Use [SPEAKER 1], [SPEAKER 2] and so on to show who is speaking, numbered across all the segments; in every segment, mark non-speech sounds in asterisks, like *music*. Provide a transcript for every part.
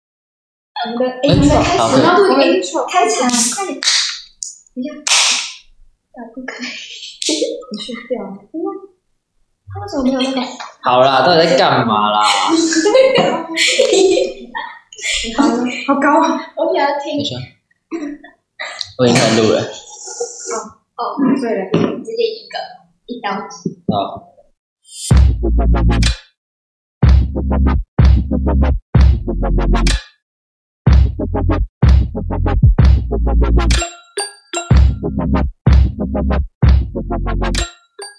[SPEAKER 1] 我们的哎，我们的开
[SPEAKER 2] 好
[SPEAKER 1] 场，
[SPEAKER 2] 对
[SPEAKER 1] 我们的
[SPEAKER 3] intro
[SPEAKER 1] 开场，快点，等一下，啊，不可以，你睡掉了，哎呀，他为什么没有那个？
[SPEAKER 2] 好啦，到底在干嘛啦？
[SPEAKER 1] 好了，
[SPEAKER 3] 好高啊！
[SPEAKER 1] 我想要听
[SPEAKER 2] 等一下，我已经开始录了。
[SPEAKER 1] 哦，对了，直接一个一刀切。
[SPEAKER 2] 好，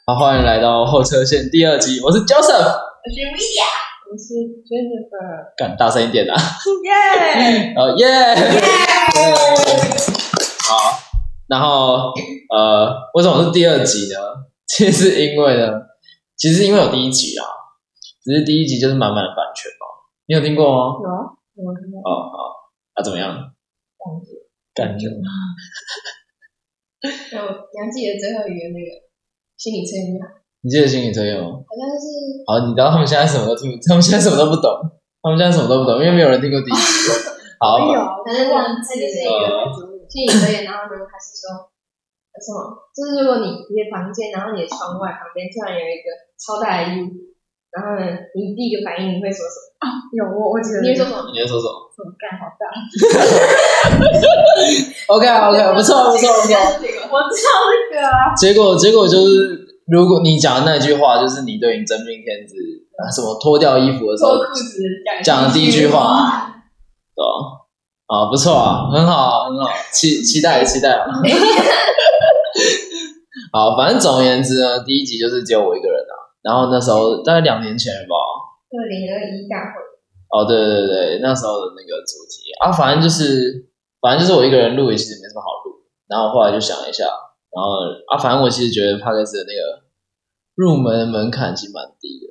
[SPEAKER 2] 好，欢迎来到后车线第二集，我是 Joseph，
[SPEAKER 1] 我是 Via，
[SPEAKER 3] 我是 Jennifer，
[SPEAKER 2] 敢大声一点啊！ *laughs*
[SPEAKER 3] 耶！
[SPEAKER 2] 然哦后耶，好，然后呃，为什么是第二集呢？ *laughs* 其实是因为呢，其实是因为有第一集啦，只是第一集就是满满的版权嘛。你有听过
[SPEAKER 1] 哦哎
[SPEAKER 3] 有
[SPEAKER 2] 吗？
[SPEAKER 3] 啊，我什么
[SPEAKER 2] 哦，好，啊，怎么样？嗯
[SPEAKER 3] 忘记？
[SPEAKER 2] 感觉
[SPEAKER 3] 我你还记得最后一个那个心理测验吗？
[SPEAKER 2] 你记得心理测验吗？
[SPEAKER 3] 好像是
[SPEAKER 2] 好，你知道他们现在什么都听不，他们现在什么都不懂，他们现在什么都不懂，因为没有人听过第一集。好，
[SPEAKER 3] 有，反正忘记是一个心理测验，然后呢，他是说呃什么？就是如果你你的房间，然后你的窗外旁边突然有一个超大的 U，然后呢，你第一个反应你会说什么？
[SPEAKER 1] 有我，我记得
[SPEAKER 3] 你会说什么？
[SPEAKER 2] 你在说什么
[SPEAKER 3] 什么干好大？
[SPEAKER 2] ？OK 啊，OK，不错，不错，不错。
[SPEAKER 3] 我知道这个啊，
[SPEAKER 2] 结果结果就是，如果你讲的那句话，就是你对你真命天子啊什么脱掉衣服的时候
[SPEAKER 3] 脱裤子讲
[SPEAKER 2] 讲的第一句话，对吧？啊，不错啊，很好啊，很好，期期待期待啊。 *laughs* 好，反正总而言之呢，第一集就是只有我一个人啊。然后那时候大概两年前了吧，
[SPEAKER 3] 二零二一大会，
[SPEAKER 2] 哦，对对对，那时候的那个主题啊，反正就是反正就是我一个人录，也其实没什么好录。然后后来就想了一下，然后啊，反正我其实觉得 p o d c a s 的那个入门的门槛其实蛮低的，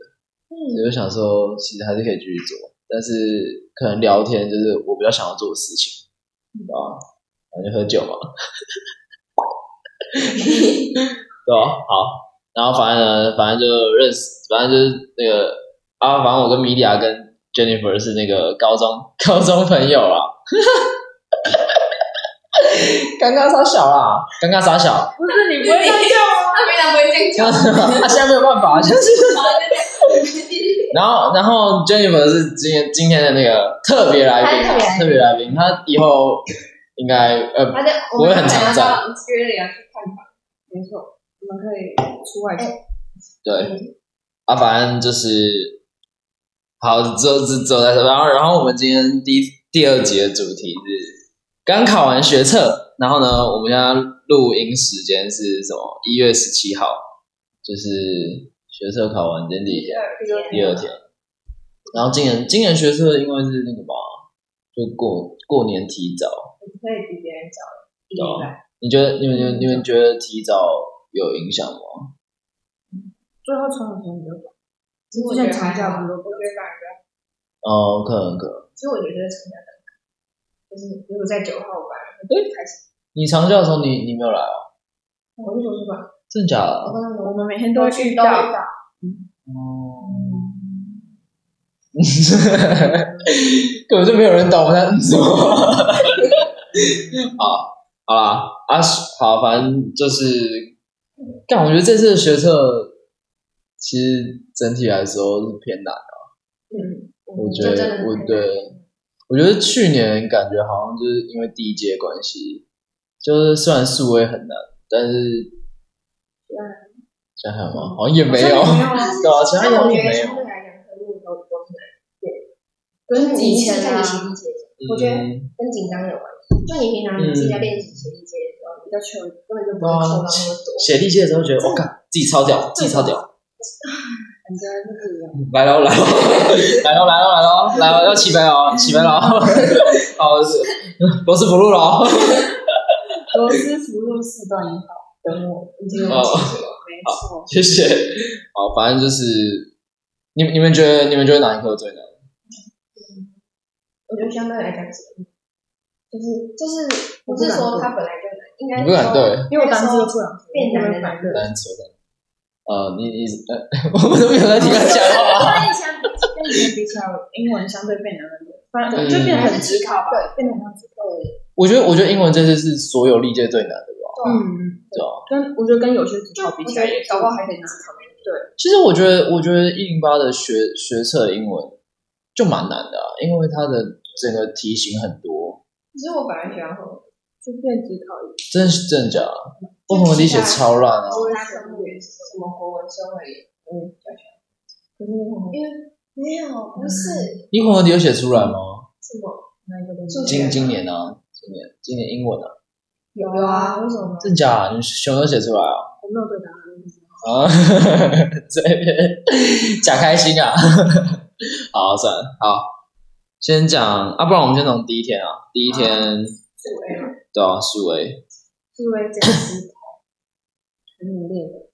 [SPEAKER 2] 所以我想说其实还是可以继续做，但是可能聊天就是我比较想要做的事情，啊，反正就喝酒嘛，对吧、好，然后反正呢，反正就认识，反正就是那个啊，反正我跟米莉亚跟 Jennifer 是那个高中 *laughs* 高中朋友啊。 *laughs* 刚刚傻小啦，刚刚傻小， *laughs*
[SPEAKER 3] 不是你不会这样叫吗？他平常不会这样
[SPEAKER 2] 刚刚傻小啊，现在没有办 *laughs* 法，就是。
[SPEAKER 3] 讲。
[SPEAKER 2] 然后，然后 Jennifer 是今天今天的那个特别来宾
[SPEAKER 3] 她是，
[SPEAKER 2] 特别来宾，他以后应该呃，
[SPEAKER 3] 反正
[SPEAKER 2] 我会很常在
[SPEAKER 3] 到七月两去看房，没错，我们可以出外
[SPEAKER 1] 哎
[SPEAKER 3] 景。
[SPEAKER 2] 对，啊，反正就是好，只有只只有在这。然后，然后我们今天第一第二集的主题是刚考完学测，然后呢，我们要录音时间是什么？一月十七号，就是学测考完今天第一天，第二天。然后今年今年学测因为是那个嘛，就过过年提早，
[SPEAKER 3] 你可以比别人早一礼
[SPEAKER 2] 对啊
[SPEAKER 3] 拜，
[SPEAKER 2] 你觉得你们你们你们觉得提早有影响吗？
[SPEAKER 1] 最后传统比较短，
[SPEAKER 3] 其实我觉
[SPEAKER 1] 之前
[SPEAKER 3] 得
[SPEAKER 1] 长
[SPEAKER 3] 还
[SPEAKER 1] 假
[SPEAKER 3] 好
[SPEAKER 1] 不多，
[SPEAKER 3] 我觉得反而比较，
[SPEAKER 2] 哦，可能可能。
[SPEAKER 3] 其实我觉得长假更好，就是如果在九号，我反而会开心。
[SPEAKER 2] 你长假的时候你你没有来啊？
[SPEAKER 3] 我去图书馆，
[SPEAKER 2] 真假的？
[SPEAKER 3] 我跟他们
[SPEAKER 1] 我
[SPEAKER 3] 说
[SPEAKER 1] 们每天
[SPEAKER 3] 都会
[SPEAKER 1] 都会
[SPEAKER 3] 遇
[SPEAKER 1] 遇
[SPEAKER 3] 到
[SPEAKER 1] 到，
[SPEAKER 2] 哦，根本就没有人懂我在嗯什么。好，好啦，啊，好，反正就是，但我觉得这次的学测其实整体来说是偏难的。
[SPEAKER 3] 嗯，
[SPEAKER 2] 我觉
[SPEAKER 3] 就真的
[SPEAKER 2] 得，
[SPEAKER 3] 是
[SPEAKER 2] 我对，我觉得去年感觉好像就是因为第一届关系，就是虽然数位很难，但是现在还有吗？好像也没有，
[SPEAKER 1] 没有啊
[SPEAKER 2] 对啊，其他
[SPEAKER 3] 但
[SPEAKER 2] 有
[SPEAKER 3] 我
[SPEAKER 2] 也
[SPEAKER 3] 觉得
[SPEAKER 2] 没有
[SPEAKER 3] 相。对来讲，科目都都是难对，
[SPEAKER 1] 跟
[SPEAKER 3] 跟以
[SPEAKER 1] 以前
[SPEAKER 3] 前
[SPEAKER 1] 啊
[SPEAKER 3] 啊，我觉得
[SPEAKER 2] 嗯，
[SPEAKER 3] 跟紧张有关系。就你平常你自己在练习写一些的时候，比较求根本就不会受到那么多，
[SPEAKER 2] 写力气的时候觉得，我靠，自己超屌，自己超屌。
[SPEAKER 3] 很多人就是有
[SPEAKER 2] 来喽来喽 *laughs* 来喽来喽来喽来喽要起飞喽起飞喽！ *laughs* 好，罗斯福路喽。
[SPEAKER 1] 罗斯福路四段一号，
[SPEAKER 3] 等我，已经有记
[SPEAKER 2] 哦
[SPEAKER 3] 住了。
[SPEAKER 1] 没错，
[SPEAKER 2] *laughs* 谢谢。好，反正就是你你们觉得你们觉得哪一科最难？
[SPEAKER 3] 我觉得相对来讲是，就是就是不
[SPEAKER 1] 我不
[SPEAKER 3] 是
[SPEAKER 1] 敢
[SPEAKER 3] 说
[SPEAKER 1] 对
[SPEAKER 3] 它本来就难，应该
[SPEAKER 2] 你不敢对
[SPEAKER 3] 说
[SPEAKER 1] 因为我当时做两次，
[SPEAKER 3] 变难的
[SPEAKER 1] 反
[SPEAKER 3] 难
[SPEAKER 1] 正
[SPEAKER 2] 难说的。呃， *laughs* 你你呃，我们都没有在听他讲话。 *laughs*
[SPEAKER 1] 跟以前比跟以前比起来，我英文相对变难很多。反
[SPEAKER 2] 嗯
[SPEAKER 1] 正就变得
[SPEAKER 3] 还
[SPEAKER 1] 很
[SPEAKER 3] 是
[SPEAKER 1] 职
[SPEAKER 3] 职考吧。
[SPEAKER 1] 对，变得很像职考。
[SPEAKER 2] 我觉得，我觉得英文这次是所有历届最难的吧，
[SPEAKER 1] 嗯，
[SPEAKER 2] 对吧？
[SPEAKER 1] 跟我觉得跟有些职考比
[SPEAKER 3] 我
[SPEAKER 1] 起
[SPEAKER 3] 觉
[SPEAKER 1] 来
[SPEAKER 3] 得
[SPEAKER 1] 也是，
[SPEAKER 3] 搞不好还可以拿考虑。
[SPEAKER 2] 其实我觉得，我觉得一零八的学学测的英文就蛮难的、啊，因为它的整个题型很多，
[SPEAKER 3] 其实我本来喜欢后，
[SPEAKER 1] 就变职考一
[SPEAKER 2] 真的是真的假的？啊不同的题写超烂啊！
[SPEAKER 3] 我拿科目也是什么国文、生物也，嗯，比较喜欢
[SPEAKER 1] 可是那种
[SPEAKER 3] 因为没有，不是
[SPEAKER 2] 你混合题有写出来吗？
[SPEAKER 3] 什么
[SPEAKER 1] 那个东
[SPEAKER 3] 数
[SPEAKER 1] 西
[SPEAKER 3] 学
[SPEAKER 2] 今今年啊，今年今年英文啊，
[SPEAKER 1] 有
[SPEAKER 3] 有啊，为什么？
[SPEAKER 2] 真假、啊？你全部都写出来啊？
[SPEAKER 1] 我没有对答案，不知道
[SPEAKER 2] 啊， *laughs* 这边假开心啊！ *laughs* 好，算了，好，先讲啊，不然我们先从第一天啊，第一天
[SPEAKER 3] 是我呀，
[SPEAKER 2] 对啊，数维
[SPEAKER 1] 是因为这个职考很努力的，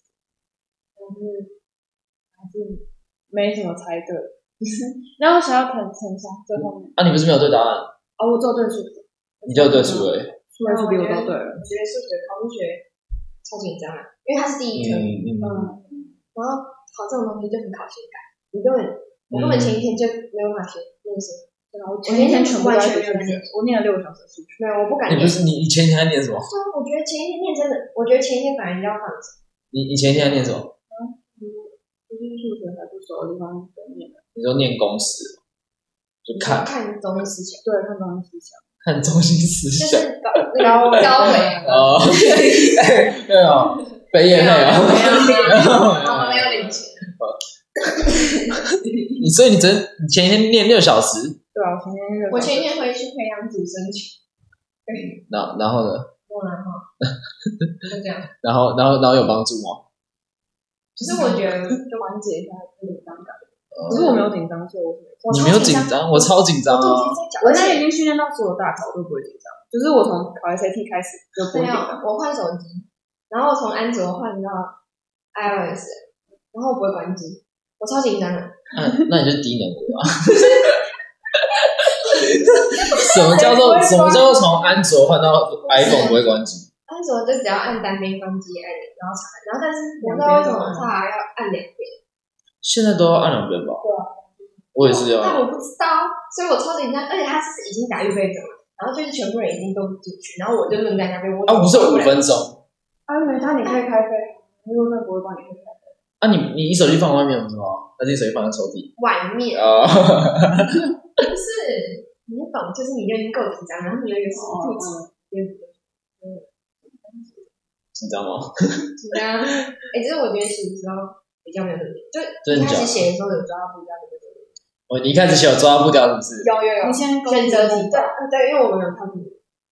[SPEAKER 1] 但是还是没什么猜对。 *laughs* 然后我想要很沉香最后
[SPEAKER 3] 嗯
[SPEAKER 1] 面，
[SPEAKER 2] 啊，你不是没有对答案，
[SPEAKER 1] 哦，我做对数学，
[SPEAKER 2] 你就对数维，
[SPEAKER 1] 数学是比我都对了。
[SPEAKER 3] 我觉得数学考数学超紧张啊，因为它是第
[SPEAKER 2] 嗯
[SPEAKER 3] 一科，
[SPEAKER 2] 嗯，
[SPEAKER 1] 嗯，
[SPEAKER 3] 然后考这种东西就很考情感，你根本我根本前一天就没有办法学认识，
[SPEAKER 1] 对啊，我
[SPEAKER 3] 前一天全部都在
[SPEAKER 1] 学
[SPEAKER 3] 学
[SPEAKER 1] 数
[SPEAKER 3] 数
[SPEAKER 1] 学
[SPEAKER 3] 学，
[SPEAKER 1] 我念了六个小时的数学。
[SPEAKER 3] 没有，我不敢念。
[SPEAKER 2] 你不是你你前一天还念什么？
[SPEAKER 3] 对啊，我觉得前一天念真的，我觉得前一天反而要放松。
[SPEAKER 2] 你你前一天还念什么？
[SPEAKER 1] 就是数学还不熟的地方，对念的。
[SPEAKER 2] 你说念公式，就看
[SPEAKER 3] 看中医思想，
[SPEAKER 1] 对，看中西想。
[SPEAKER 2] 看中心思
[SPEAKER 3] 就
[SPEAKER 2] 想
[SPEAKER 3] 是高那个高
[SPEAKER 2] *laughs*
[SPEAKER 3] 维。
[SPEAKER 2] 哦，对啊，北野
[SPEAKER 3] 没有，
[SPEAKER 2] 内
[SPEAKER 3] *laughs*
[SPEAKER 2] 啊，哦
[SPEAKER 3] 我没有领钱。
[SPEAKER 2] 你所以你整你前一天念六小时，
[SPEAKER 1] 对啊，我前天六
[SPEAKER 3] 我前一天回
[SPEAKER 1] 个小时
[SPEAKER 3] 去培养主升群，对，
[SPEAKER 2] 然然后呢？
[SPEAKER 3] 然后就
[SPEAKER 2] *laughs*
[SPEAKER 3] 这样。
[SPEAKER 2] 然后然后然后有帮助吗？
[SPEAKER 3] 可是我觉得
[SPEAKER 1] 就缓解一下紧张感。
[SPEAKER 2] 哦
[SPEAKER 1] 可是我没有紧张，所以我没有。
[SPEAKER 2] 你没有紧张，我超紧
[SPEAKER 3] 我
[SPEAKER 2] 张
[SPEAKER 3] 肚
[SPEAKER 2] 啊！
[SPEAKER 3] 子在讲，
[SPEAKER 1] 我
[SPEAKER 3] 而
[SPEAKER 1] 现在已
[SPEAKER 3] 且
[SPEAKER 1] 经训练到所有大考都不会紧张，就是我从考 SAT 开始就不会
[SPEAKER 3] 没
[SPEAKER 1] 紧
[SPEAKER 3] 有
[SPEAKER 1] 张。，
[SPEAKER 3] 我换手机，然后从安卓换到 iOS，然后我不会关机，我超紧张的。
[SPEAKER 2] 那嗯那你就低能儿啊！ *laughs* 什么叫做什么叫做从安卓换到 iPhone 不会关机？
[SPEAKER 3] 安卓就只要按单边关机按钮，然后查，然后但是我不知道为什么查要按两边，
[SPEAKER 2] 现在都要按两遍吧？
[SPEAKER 1] 对
[SPEAKER 2] 啊我也是要
[SPEAKER 3] 但我不知道，所以我超紧张，而且他是已经打预备针了，然后就是全部人已经都进去，然后我就愣在那边，我
[SPEAKER 2] 啊，不是有五分钟
[SPEAKER 1] 啊，没他你可以开飞，如果那不会帮你开飞。
[SPEAKER 2] 啊？你你你手机放外面不是吗？还是你手机放在抽屉？
[SPEAKER 3] 外面
[SPEAKER 2] 啊， *laughs*
[SPEAKER 3] 不是，你懂，就是你就已经够紧张，然后你又有什么肚
[SPEAKER 2] 哦
[SPEAKER 3] 子
[SPEAKER 2] 紧张吗？
[SPEAKER 3] 紧张，哎，其实我觉得写的时候比较没有那么紧张，就
[SPEAKER 2] 真
[SPEAKER 3] 一
[SPEAKER 2] 的
[SPEAKER 3] 开
[SPEAKER 2] 假
[SPEAKER 3] 始
[SPEAKER 2] 的？
[SPEAKER 3] 写的时候有抓到不一样的那种，
[SPEAKER 2] 我哦你一开始写有抓不掉是不是？
[SPEAKER 3] 有有有
[SPEAKER 1] *laughs* 你，先
[SPEAKER 3] 选择题，对啊对，因为我们有套题，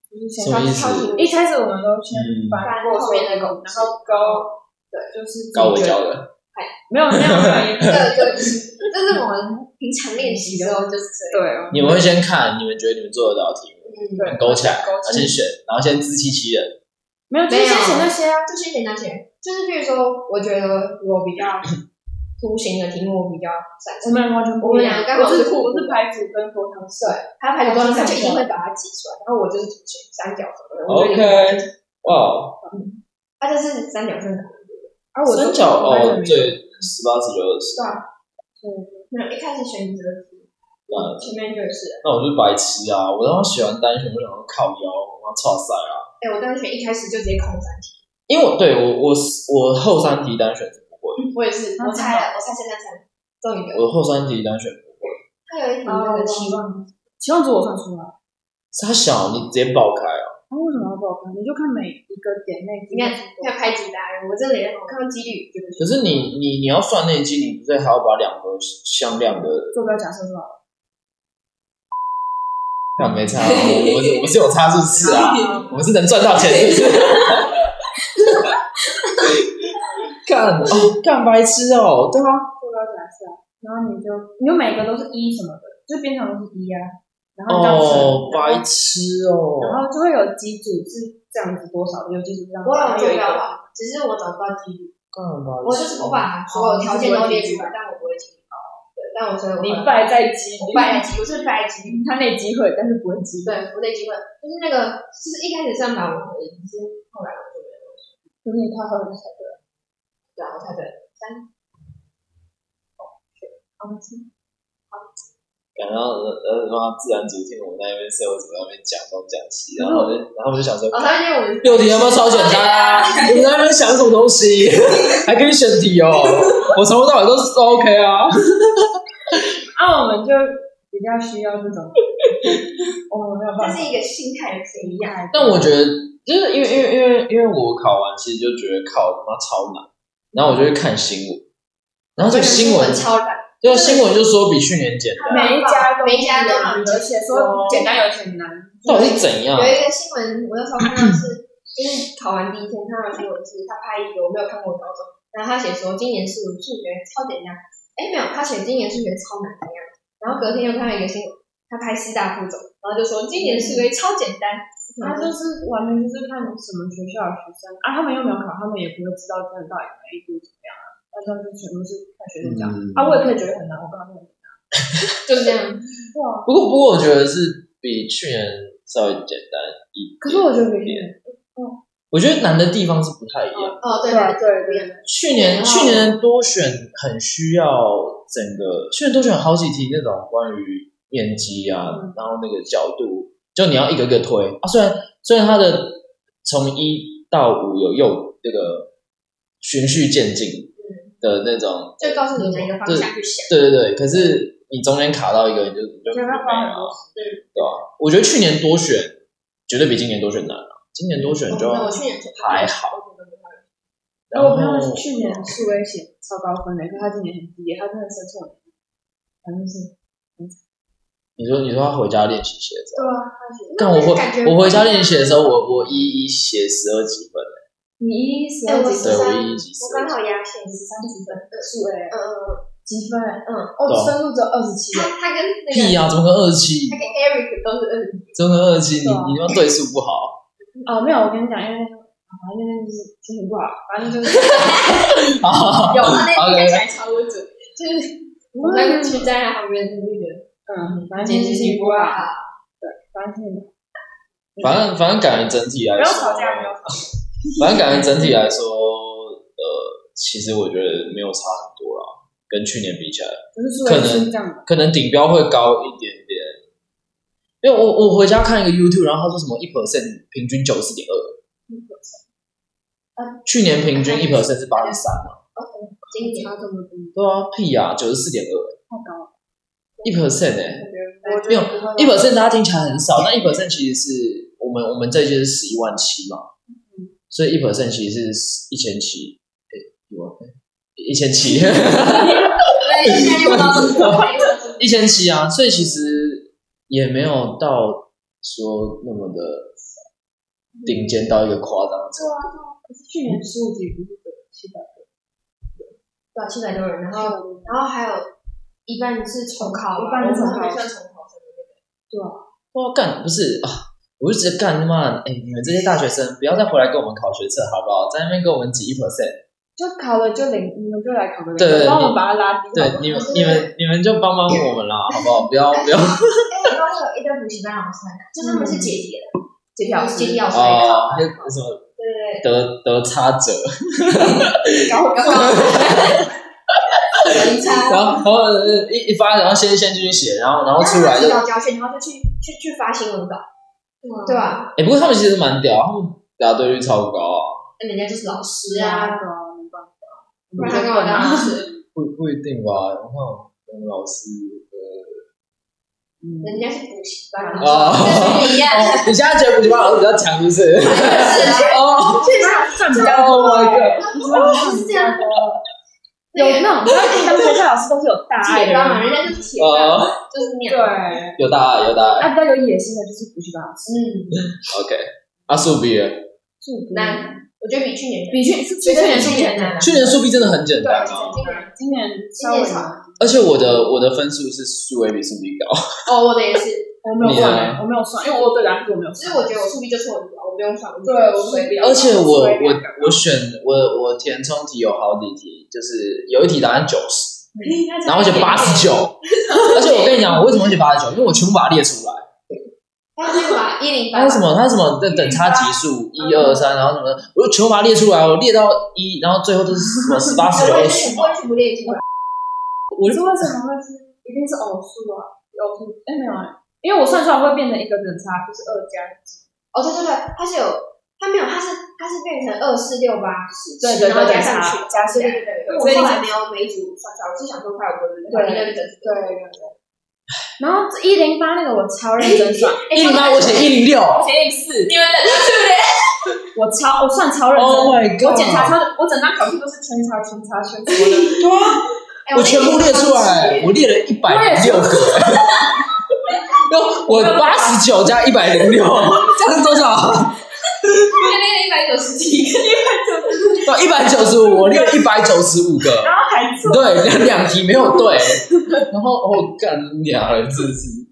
[SPEAKER 1] 就是
[SPEAKER 2] 什
[SPEAKER 1] 先
[SPEAKER 2] 么
[SPEAKER 1] 看
[SPEAKER 2] 意思
[SPEAKER 3] 套题
[SPEAKER 1] 一开始我们都先翻
[SPEAKER 3] 翻
[SPEAKER 1] 过
[SPEAKER 3] 后面
[SPEAKER 1] 的
[SPEAKER 3] 的狗
[SPEAKER 1] 狗，然后勾，对，就是
[SPEAKER 2] 高维
[SPEAKER 1] 自己觉
[SPEAKER 2] 教
[SPEAKER 1] 得
[SPEAKER 2] 的，
[SPEAKER 1] 没有没有没有，
[SPEAKER 3] 对对，就是我们平常练习的时候就是这样，
[SPEAKER 1] 对哦，
[SPEAKER 2] 你们会先看，你们觉得你们做得到题目，
[SPEAKER 3] 嗯。
[SPEAKER 1] 对
[SPEAKER 2] 勾起来，然后
[SPEAKER 1] 勾起来
[SPEAKER 2] 先选，然后先自欺欺人。
[SPEAKER 1] *laughs* 没有，就
[SPEAKER 3] 没
[SPEAKER 1] 是
[SPEAKER 3] 有
[SPEAKER 1] 先写那些啊，
[SPEAKER 3] 就先简单写，就是比如说，我觉得我比较图形的题目我比较擅
[SPEAKER 1] 我
[SPEAKER 3] 长，
[SPEAKER 1] 们完全不
[SPEAKER 3] 我
[SPEAKER 1] 一
[SPEAKER 3] 们两个，
[SPEAKER 1] 样
[SPEAKER 3] 刚好
[SPEAKER 1] 我是
[SPEAKER 3] 是互补
[SPEAKER 1] 我是排组跟佛堂社，
[SPEAKER 3] 对，他排的题他就一定会把它挤出来，然后我就是图形三角什么的，我觉
[SPEAKER 2] OK，
[SPEAKER 3] 得
[SPEAKER 2] 哇，
[SPEAKER 3] 他就是三角正常，
[SPEAKER 1] 而我
[SPEAKER 2] 三角哦，对，，十八、十九、二十，
[SPEAKER 3] 没有一开始选择题，
[SPEAKER 2] 嗯
[SPEAKER 3] 前面就是，
[SPEAKER 2] 那我就是白痴啊！我他妈喜欢单选，我想说靠腰，我要操赛啊！
[SPEAKER 3] 哎，我当时选一开始就直接空三题，
[SPEAKER 2] 因为我对我我我后三题单选是不会，
[SPEAKER 3] 我也是，
[SPEAKER 1] 那
[SPEAKER 3] 我猜啊
[SPEAKER 1] 真
[SPEAKER 3] 了，我猜现在三，终于有，
[SPEAKER 2] 我后三题单选不会。
[SPEAKER 3] 他有一题
[SPEAKER 1] 啊，
[SPEAKER 3] 那
[SPEAKER 1] 我
[SPEAKER 3] 个
[SPEAKER 1] 期
[SPEAKER 3] 期望，
[SPEAKER 1] 望期望值我算出来，
[SPEAKER 2] 他小，你直接爆开啊！
[SPEAKER 1] 那为什么要不好看？你就看每一个点内，
[SPEAKER 3] 你看要开几答案，我真的也我看到几率就
[SPEAKER 2] 可是你你你要算那一季，你不是还要把两个向量的？
[SPEAKER 1] 坐标假设出来，
[SPEAKER 2] 那没差啊，我我是我是有差数次啊。
[SPEAKER 1] 啊，
[SPEAKER 2] 我们是能赚到钱，是不是？ *laughs* 干哦，干白痴哦，对啊，
[SPEAKER 1] 坐标假设，然后你就你就每个都是一什么的，就变成都是一啊，然
[SPEAKER 3] 哦
[SPEAKER 1] 后你这样
[SPEAKER 2] 哦
[SPEAKER 1] 乘
[SPEAKER 2] 白痴哦，
[SPEAKER 1] 然后就会有几组是这样子多少，有几组这样子，
[SPEAKER 3] 我有坐
[SPEAKER 1] 有一
[SPEAKER 3] 标
[SPEAKER 1] 个
[SPEAKER 3] 法，只是我找不到几率。
[SPEAKER 2] 干白痴，
[SPEAKER 3] 我就是我把所有条件都列出来，但我不会记。哦，对，但我所以我
[SPEAKER 1] 你败在基，
[SPEAKER 3] 我败在几，我是败在几率。
[SPEAKER 1] 他那机会，但是不会机会，
[SPEAKER 3] 对，我那机会就是那个，就是一开始算法我可以，只是后来我就没有。
[SPEAKER 1] 就是你他后面才对，
[SPEAKER 3] 对啊，我猜对了，三，
[SPEAKER 1] 啊，是
[SPEAKER 2] 感到呃呃什么自然组听我们在那边社会组在那边讲东讲西，
[SPEAKER 3] 嗯
[SPEAKER 2] 然后我就然后我就想说，
[SPEAKER 3] 好像因为我们
[SPEAKER 2] 六题有没有超简单啊？
[SPEAKER 3] *laughs*
[SPEAKER 2] 你们在那边想什么东西？还可以选题哦，我从头到尾都是 OK 啊。
[SPEAKER 1] 啊，我们就比较需要这种， *laughs* 我们没有办
[SPEAKER 3] 这
[SPEAKER 1] 法。
[SPEAKER 3] 是一个心态的不一样。
[SPEAKER 2] 但我觉得，就是因为因为因为因为我考完，其实就觉得考他妈超难，然后我就会看新闻，然后这个新闻，
[SPEAKER 3] 超难，
[SPEAKER 2] 对啊，新闻就说比去年简单，
[SPEAKER 1] 每一家
[SPEAKER 3] 每一家都
[SPEAKER 1] 有
[SPEAKER 3] 很
[SPEAKER 1] 有写说简单有写难，
[SPEAKER 2] 到底是怎样
[SPEAKER 3] 有？一个新闻，我那时候看到是，就是考完第一天看到的新闻是，他拍一个我没有看过的高中，然后他写说今年数数学超简单，哎没有，他写今年数学超难怎样，然后隔天又看到一个新闻，他拍师大附中，然后就说今年数学超简单，
[SPEAKER 1] 他
[SPEAKER 2] 嗯
[SPEAKER 1] 就是完全就是看什么学校的学生啊，他们又没有考，他们也不会知道真的到底哪一组怎么样啊，但他们就全部是看学生讲、
[SPEAKER 2] 嗯
[SPEAKER 1] 啊，我也可以觉得很难，我刚刚对
[SPEAKER 3] 就是这样，
[SPEAKER 1] 啊，
[SPEAKER 2] 不过不过，我觉得是比去年稍微简单一点。
[SPEAKER 1] 可是我觉得比
[SPEAKER 2] 我觉得难的地方是不太一样。
[SPEAKER 3] 哦对
[SPEAKER 1] 对啊
[SPEAKER 3] 对，
[SPEAKER 1] 对对，
[SPEAKER 2] 去年
[SPEAKER 3] 哦
[SPEAKER 2] 去年的多选很需要整个，去年多选有好几题那种关于面积啊，
[SPEAKER 1] 嗯
[SPEAKER 2] 然后那个角度，就你要一个一个推啊。虽然虽然它的从一到五有右这个循序渐进的那种，
[SPEAKER 3] 嗯就告诉你哪一个方向去想，
[SPEAKER 2] 对对对，可是你中间卡到一个，你就你就
[SPEAKER 1] 没
[SPEAKER 2] 没
[SPEAKER 1] 办法
[SPEAKER 2] 了。对吧、我觉得去年多选绝对比今年多选难啊，今年多选就
[SPEAKER 3] 嗯我去年
[SPEAKER 2] 还好。然
[SPEAKER 1] 我
[SPEAKER 2] 后
[SPEAKER 1] 朋友是去年数 A 写超高分的，可是他今年很低，他真的生错了，反正是
[SPEAKER 2] 你说你说他回家练习写
[SPEAKER 1] 对
[SPEAKER 2] 作，
[SPEAKER 1] 啊，他写
[SPEAKER 2] *laughs* 但我
[SPEAKER 3] 感觉不
[SPEAKER 2] 回我回家
[SPEAKER 3] 一样
[SPEAKER 2] 练习的时候，我我一一写十二几分，
[SPEAKER 1] 你一十
[SPEAKER 3] 哎
[SPEAKER 1] 二
[SPEAKER 3] 我
[SPEAKER 1] 几
[SPEAKER 3] 十
[SPEAKER 2] 对
[SPEAKER 3] 三
[SPEAKER 1] 分，
[SPEAKER 2] 我一一几
[SPEAKER 3] 我
[SPEAKER 2] 十
[SPEAKER 3] 刚
[SPEAKER 2] 二几，
[SPEAKER 3] 好压线十三几分，
[SPEAKER 1] 数 A
[SPEAKER 3] 嗯嗯嗯，
[SPEAKER 1] 几分？
[SPEAKER 3] 嗯
[SPEAKER 1] 哦
[SPEAKER 2] 对啊，
[SPEAKER 1] 深度只有二十七，
[SPEAKER 3] 他他跟那
[SPEAKER 2] 屁啊
[SPEAKER 3] 个
[SPEAKER 2] 呀、怎么跟二七
[SPEAKER 3] 他，跟 Eric 都是二十
[SPEAKER 2] 怎么跟二七，你
[SPEAKER 1] 对啊
[SPEAKER 2] 你他妈对数不好，
[SPEAKER 1] 哦，没有，我跟你讲，因为那时候啊反正就是心情不好，反正就是
[SPEAKER 2] *laughs*
[SPEAKER 3] 有啊，那
[SPEAKER 2] ，OK
[SPEAKER 3] 天看起来超不准，就是我
[SPEAKER 1] 反
[SPEAKER 3] 们
[SPEAKER 1] 正
[SPEAKER 3] 去站在旁边的那个，
[SPEAKER 1] 嗯，反正
[SPEAKER 3] 简
[SPEAKER 1] 就是
[SPEAKER 3] 直是
[SPEAKER 1] 心情
[SPEAKER 3] 不
[SPEAKER 1] 不好，
[SPEAKER 3] 啊，
[SPEAKER 1] 反正心情不好
[SPEAKER 2] 反正反正感觉整体来
[SPEAKER 1] 不要
[SPEAKER 2] 说，
[SPEAKER 1] 吵架，不要吵架，
[SPEAKER 2] 反正感觉整体来说，呃，其实我觉得没有差很多啦，跟去年比起来。
[SPEAKER 1] 就是数 A 是这样的，
[SPEAKER 2] 可能顶标会高一点点。因为我我回家看一个 YouTube，然后他说什么一 percent 平均九四点二，去年平均一 percent 是八十三嘛，
[SPEAKER 3] 今年
[SPEAKER 1] 差这么多，
[SPEAKER 2] 对啊，屁呀、9九十四点二，
[SPEAKER 1] 太高了，
[SPEAKER 2] 一 percent 哎，
[SPEAKER 1] 我觉得我觉
[SPEAKER 2] 没有
[SPEAKER 1] 得不会
[SPEAKER 2] 一 percent 大家听起来很少，但一 percent 其实是我们我们这一届是十一万七嘛，所以一 percent 其实是一千七，哎，一万，一千七， *laughs*
[SPEAKER 3] 对，现在用到 *laughs* 是国外，
[SPEAKER 2] 一千七啊，所以其实也没有到说那么的顶尖到一个夸张的程度。
[SPEAKER 1] 可是去年数几不是得七百多，
[SPEAKER 3] 对，七百多人，然后
[SPEAKER 1] 多，
[SPEAKER 3] 然后还有一半是重考吧，
[SPEAKER 1] 一半是重考
[SPEAKER 3] 我们还算重考生的那个，
[SPEAKER 2] 哇，干不是啊！我就直接干他妈的！哎、你们这些大学生不要再回来跟我们考学测好不好？在那边跟我们挤一 percent，
[SPEAKER 1] 就考了就零，你们就来考个零，
[SPEAKER 2] 对对
[SPEAKER 1] 帮
[SPEAKER 2] 你
[SPEAKER 1] 我们把它拉低，好不
[SPEAKER 2] 对
[SPEAKER 1] 好
[SPEAKER 2] 你们、你们、你们就帮帮我们啦，好不好？不要不要
[SPEAKER 3] 哎，我刚刚有一个补习班老师来看，就是他们是姐姐的，
[SPEAKER 1] 解题老
[SPEAKER 3] 姐弟
[SPEAKER 1] 师，
[SPEAKER 3] 老师来考，
[SPEAKER 2] 哦，那什么
[SPEAKER 3] 对对
[SPEAKER 2] 得得差者，
[SPEAKER 1] 搞
[SPEAKER 3] 对，人差。
[SPEAKER 2] 然后然后呃一一发，然后先先进去写，然后然后出来就
[SPEAKER 3] 提交教卷，然后就去去去发新闻稿，对 *laughs*
[SPEAKER 1] 对啊，
[SPEAKER 3] 吧？
[SPEAKER 2] 哎、不过他们其实蛮屌，他们答对率超高啊，
[SPEAKER 3] 那人家就是老师
[SPEAKER 1] 对啊，
[SPEAKER 3] 啊，
[SPEAKER 1] 对啊，没办法，
[SPEAKER 3] 不然他干嘛
[SPEAKER 2] 嗯
[SPEAKER 3] 当老师？
[SPEAKER 2] 不不一定吧？我看我们老师呃
[SPEAKER 3] *laughs*
[SPEAKER 1] 嗯，
[SPEAKER 3] 人家是补习班老师，
[SPEAKER 2] 哦，
[SPEAKER 3] 跟你一样，
[SPEAKER 2] 你现在觉得补习班老师比较强，是不是？ *laughs*
[SPEAKER 3] 是
[SPEAKER 2] 哦
[SPEAKER 1] 确实赚比较
[SPEAKER 2] ，Oh
[SPEAKER 1] 多，
[SPEAKER 2] my god！
[SPEAKER 3] 是这样。
[SPEAKER 1] 有那种，他们学校老师都是有大爱
[SPEAKER 3] 铁
[SPEAKER 1] 的
[SPEAKER 3] 班嘛，
[SPEAKER 1] 人，
[SPEAKER 3] 人家就是铁班，
[SPEAKER 2] 哦，
[SPEAKER 3] 就是那
[SPEAKER 1] 对，
[SPEAKER 3] 样。
[SPEAKER 1] 啊，
[SPEAKER 2] 有大爱有大爱
[SPEAKER 1] 比较有野心的就是补习班老师，
[SPEAKER 3] 嗯，
[SPEAKER 2] ，OK。阿啊树毕业，
[SPEAKER 1] 数
[SPEAKER 3] 难，我觉得比去年
[SPEAKER 1] 比嗯去去
[SPEAKER 3] 去
[SPEAKER 1] 去年
[SPEAKER 3] 年是
[SPEAKER 1] 是比
[SPEAKER 3] 比
[SPEAKER 1] 较
[SPEAKER 3] 较
[SPEAKER 1] 难
[SPEAKER 3] 难，
[SPEAKER 2] 去年数毕真的很简
[SPEAKER 3] 对
[SPEAKER 2] 单
[SPEAKER 3] 是
[SPEAKER 2] 哦，
[SPEAKER 3] 今年
[SPEAKER 1] 今年稍微难。
[SPEAKER 2] 而且我的我的分数是数 A 比数 B 高，
[SPEAKER 3] 哦，我的也是，
[SPEAKER 1] 我没有算，我没有算，因为我对答案我没有
[SPEAKER 3] 就
[SPEAKER 1] 算。
[SPEAKER 3] 是我觉得我数 B 就是我的，我不用算，我
[SPEAKER 1] 对，我随便。
[SPEAKER 2] 而且我我我选我我填充题有好几题，就是有一题答案九十，然后我写八十九，而且我跟你讲，我为什么会写八十九？因为我全部把它列出来。
[SPEAKER 3] 还有那个吧，一零八
[SPEAKER 2] 还有，什么？它什么等等差级数一二三，然后什么？我就全部把它列出来，我列到一，然后最后都是什么十八、十九、
[SPEAKER 3] 我
[SPEAKER 2] 二
[SPEAKER 3] 也是
[SPEAKER 2] 十嘛。
[SPEAKER 3] 我也全部列出来，
[SPEAKER 2] 我
[SPEAKER 1] 我是为什么会是一定是偶数啊？有图，哎、没有啊，因为我算出来会变成一个等差，就是二加几，
[SPEAKER 3] 哦，对对对，它是有，它没有，它是它是变成二四六八十，
[SPEAKER 1] 对对对
[SPEAKER 3] 然后加
[SPEAKER 1] 等
[SPEAKER 3] 上
[SPEAKER 1] 差
[SPEAKER 3] 去，
[SPEAKER 1] 加
[SPEAKER 3] 对
[SPEAKER 1] 上去
[SPEAKER 3] 对对，因为我
[SPEAKER 1] 所以
[SPEAKER 3] 后
[SPEAKER 1] 你
[SPEAKER 3] 来没有每一组算出来，我就想说快有多少，
[SPEAKER 1] 对
[SPEAKER 3] 一个整数，
[SPEAKER 1] 对对对。然后一零八那个我超认真算，
[SPEAKER 2] 一零八我写一零六
[SPEAKER 1] 我写一零四，
[SPEAKER 3] 你们的
[SPEAKER 1] 我超我算超认真，
[SPEAKER 2] ，Oh my god！
[SPEAKER 1] 我检查超，我整张考卷都是圈叉圈
[SPEAKER 2] *laughs*
[SPEAKER 1] 叉圈叉的。
[SPEAKER 2] 对啊，
[SPEAKER 3] 哎
[SPEAKER 2] 我全部列出来，我列了一百零六个。 *laughs* 我八十九加一百零六，这样是多少？ *laughs*
[SPEAKER 3] 那那一百九十几个，
[SPEAKER 2] 对，一百九十五，我列了一百九十五个。
[SPEAKER 1] 然后还做，
[SPEAKER 2] *laughs* 对，两两题没有对，然后哦，干娘了，真是。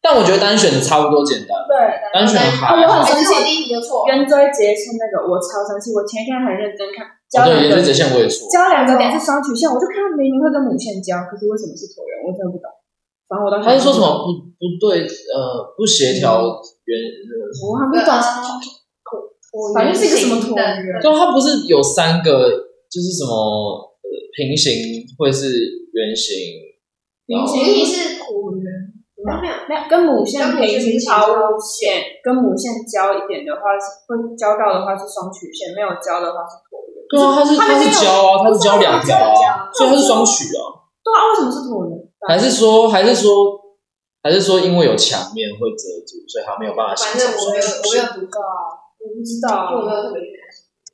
[SPEAKER 2] 但我觉得单选的差不多简单，
[SPEAKER 1] 对，
[SPEAKER 2] 单选还
[SPEAKER 1] 我
[SPEAKER 2] 好。
[SPEAKER 1] 很
[SPEAKER 3] 哎
[SPEAKER 1] 生
[SPEAKER 3] 这是我
[SPEAKER 1] 气。
[SPEAKER 3] 第一题就错，
[SPEAKER 1] 圆锥折线那个我超生气，我前一天还很认真看，教
[SPEAKER 2] 哦对，
[SPEAKER 1] 两
[SPEAKER 2] 也
[SPEAKER 1] 个
[SPEAKER 2] 是折线我也错。
[SPEAKER 1] 教两个点是双曲线，我就看它明明会跟母线交，可是为什么是椭圆，我真的不懂。反正我当时
[SPEAKER 2] 他是说什么不不对，呃，不协调呃圆，
[SPEAKER 1] 我还不懂，反正是一个什么椭圆。
[SPEAKER 2] 对，它不是有三个，就是什么呃平行会是圆形，然后
[SPEAKER 1] 平行
[SPEAKER 3] 平行是椭圆，没有，
[SPEAKER 1] 没有跟母线平行
[SPEAKER 3] 跟
[SPEAKER 1] 超
[SPEAKER 3] 母线
[SPEAKER 1] 线，跟母线交一点的话是会交到的话是双曲线，没有交的话是椭圆。
[SPEAKER 2] 对啊，它是
[SPEAKER 1] 它
[SPEAKER 2] 它
[SPEAKER 1] 没
[SPEAKER 2] 是
[SPEAKER 1] 有
[SPEAKER 2] 交啊，它是交两条啊，所以它是双曲啊，
[SPEAKER 1] 对啊，为什么是椭圆？
[SPEAKER 2] 还是说还是说还是说因为有墙面会遮住，所以它没有办法
[SPEAKER 3] 反
[SPEAKER 2] 形
[SPEAKER 3] 正
[SPEAKER 2] 成
[SPEAKER 3] 我
[SPEAKER 2] 双
[SPEAKER 3] 没有我没
[SPEAKER 2] 曲
[SPEAKER 3] 有
[SPEAKER 2] 线。
[SPEAKER 3] 读到啊，
[SPEAKER 1] 我不知道
[SPEAKER 3] 因
[SPEAKER 1] 啊
[SPEAKER 3] 为我没有特别去看，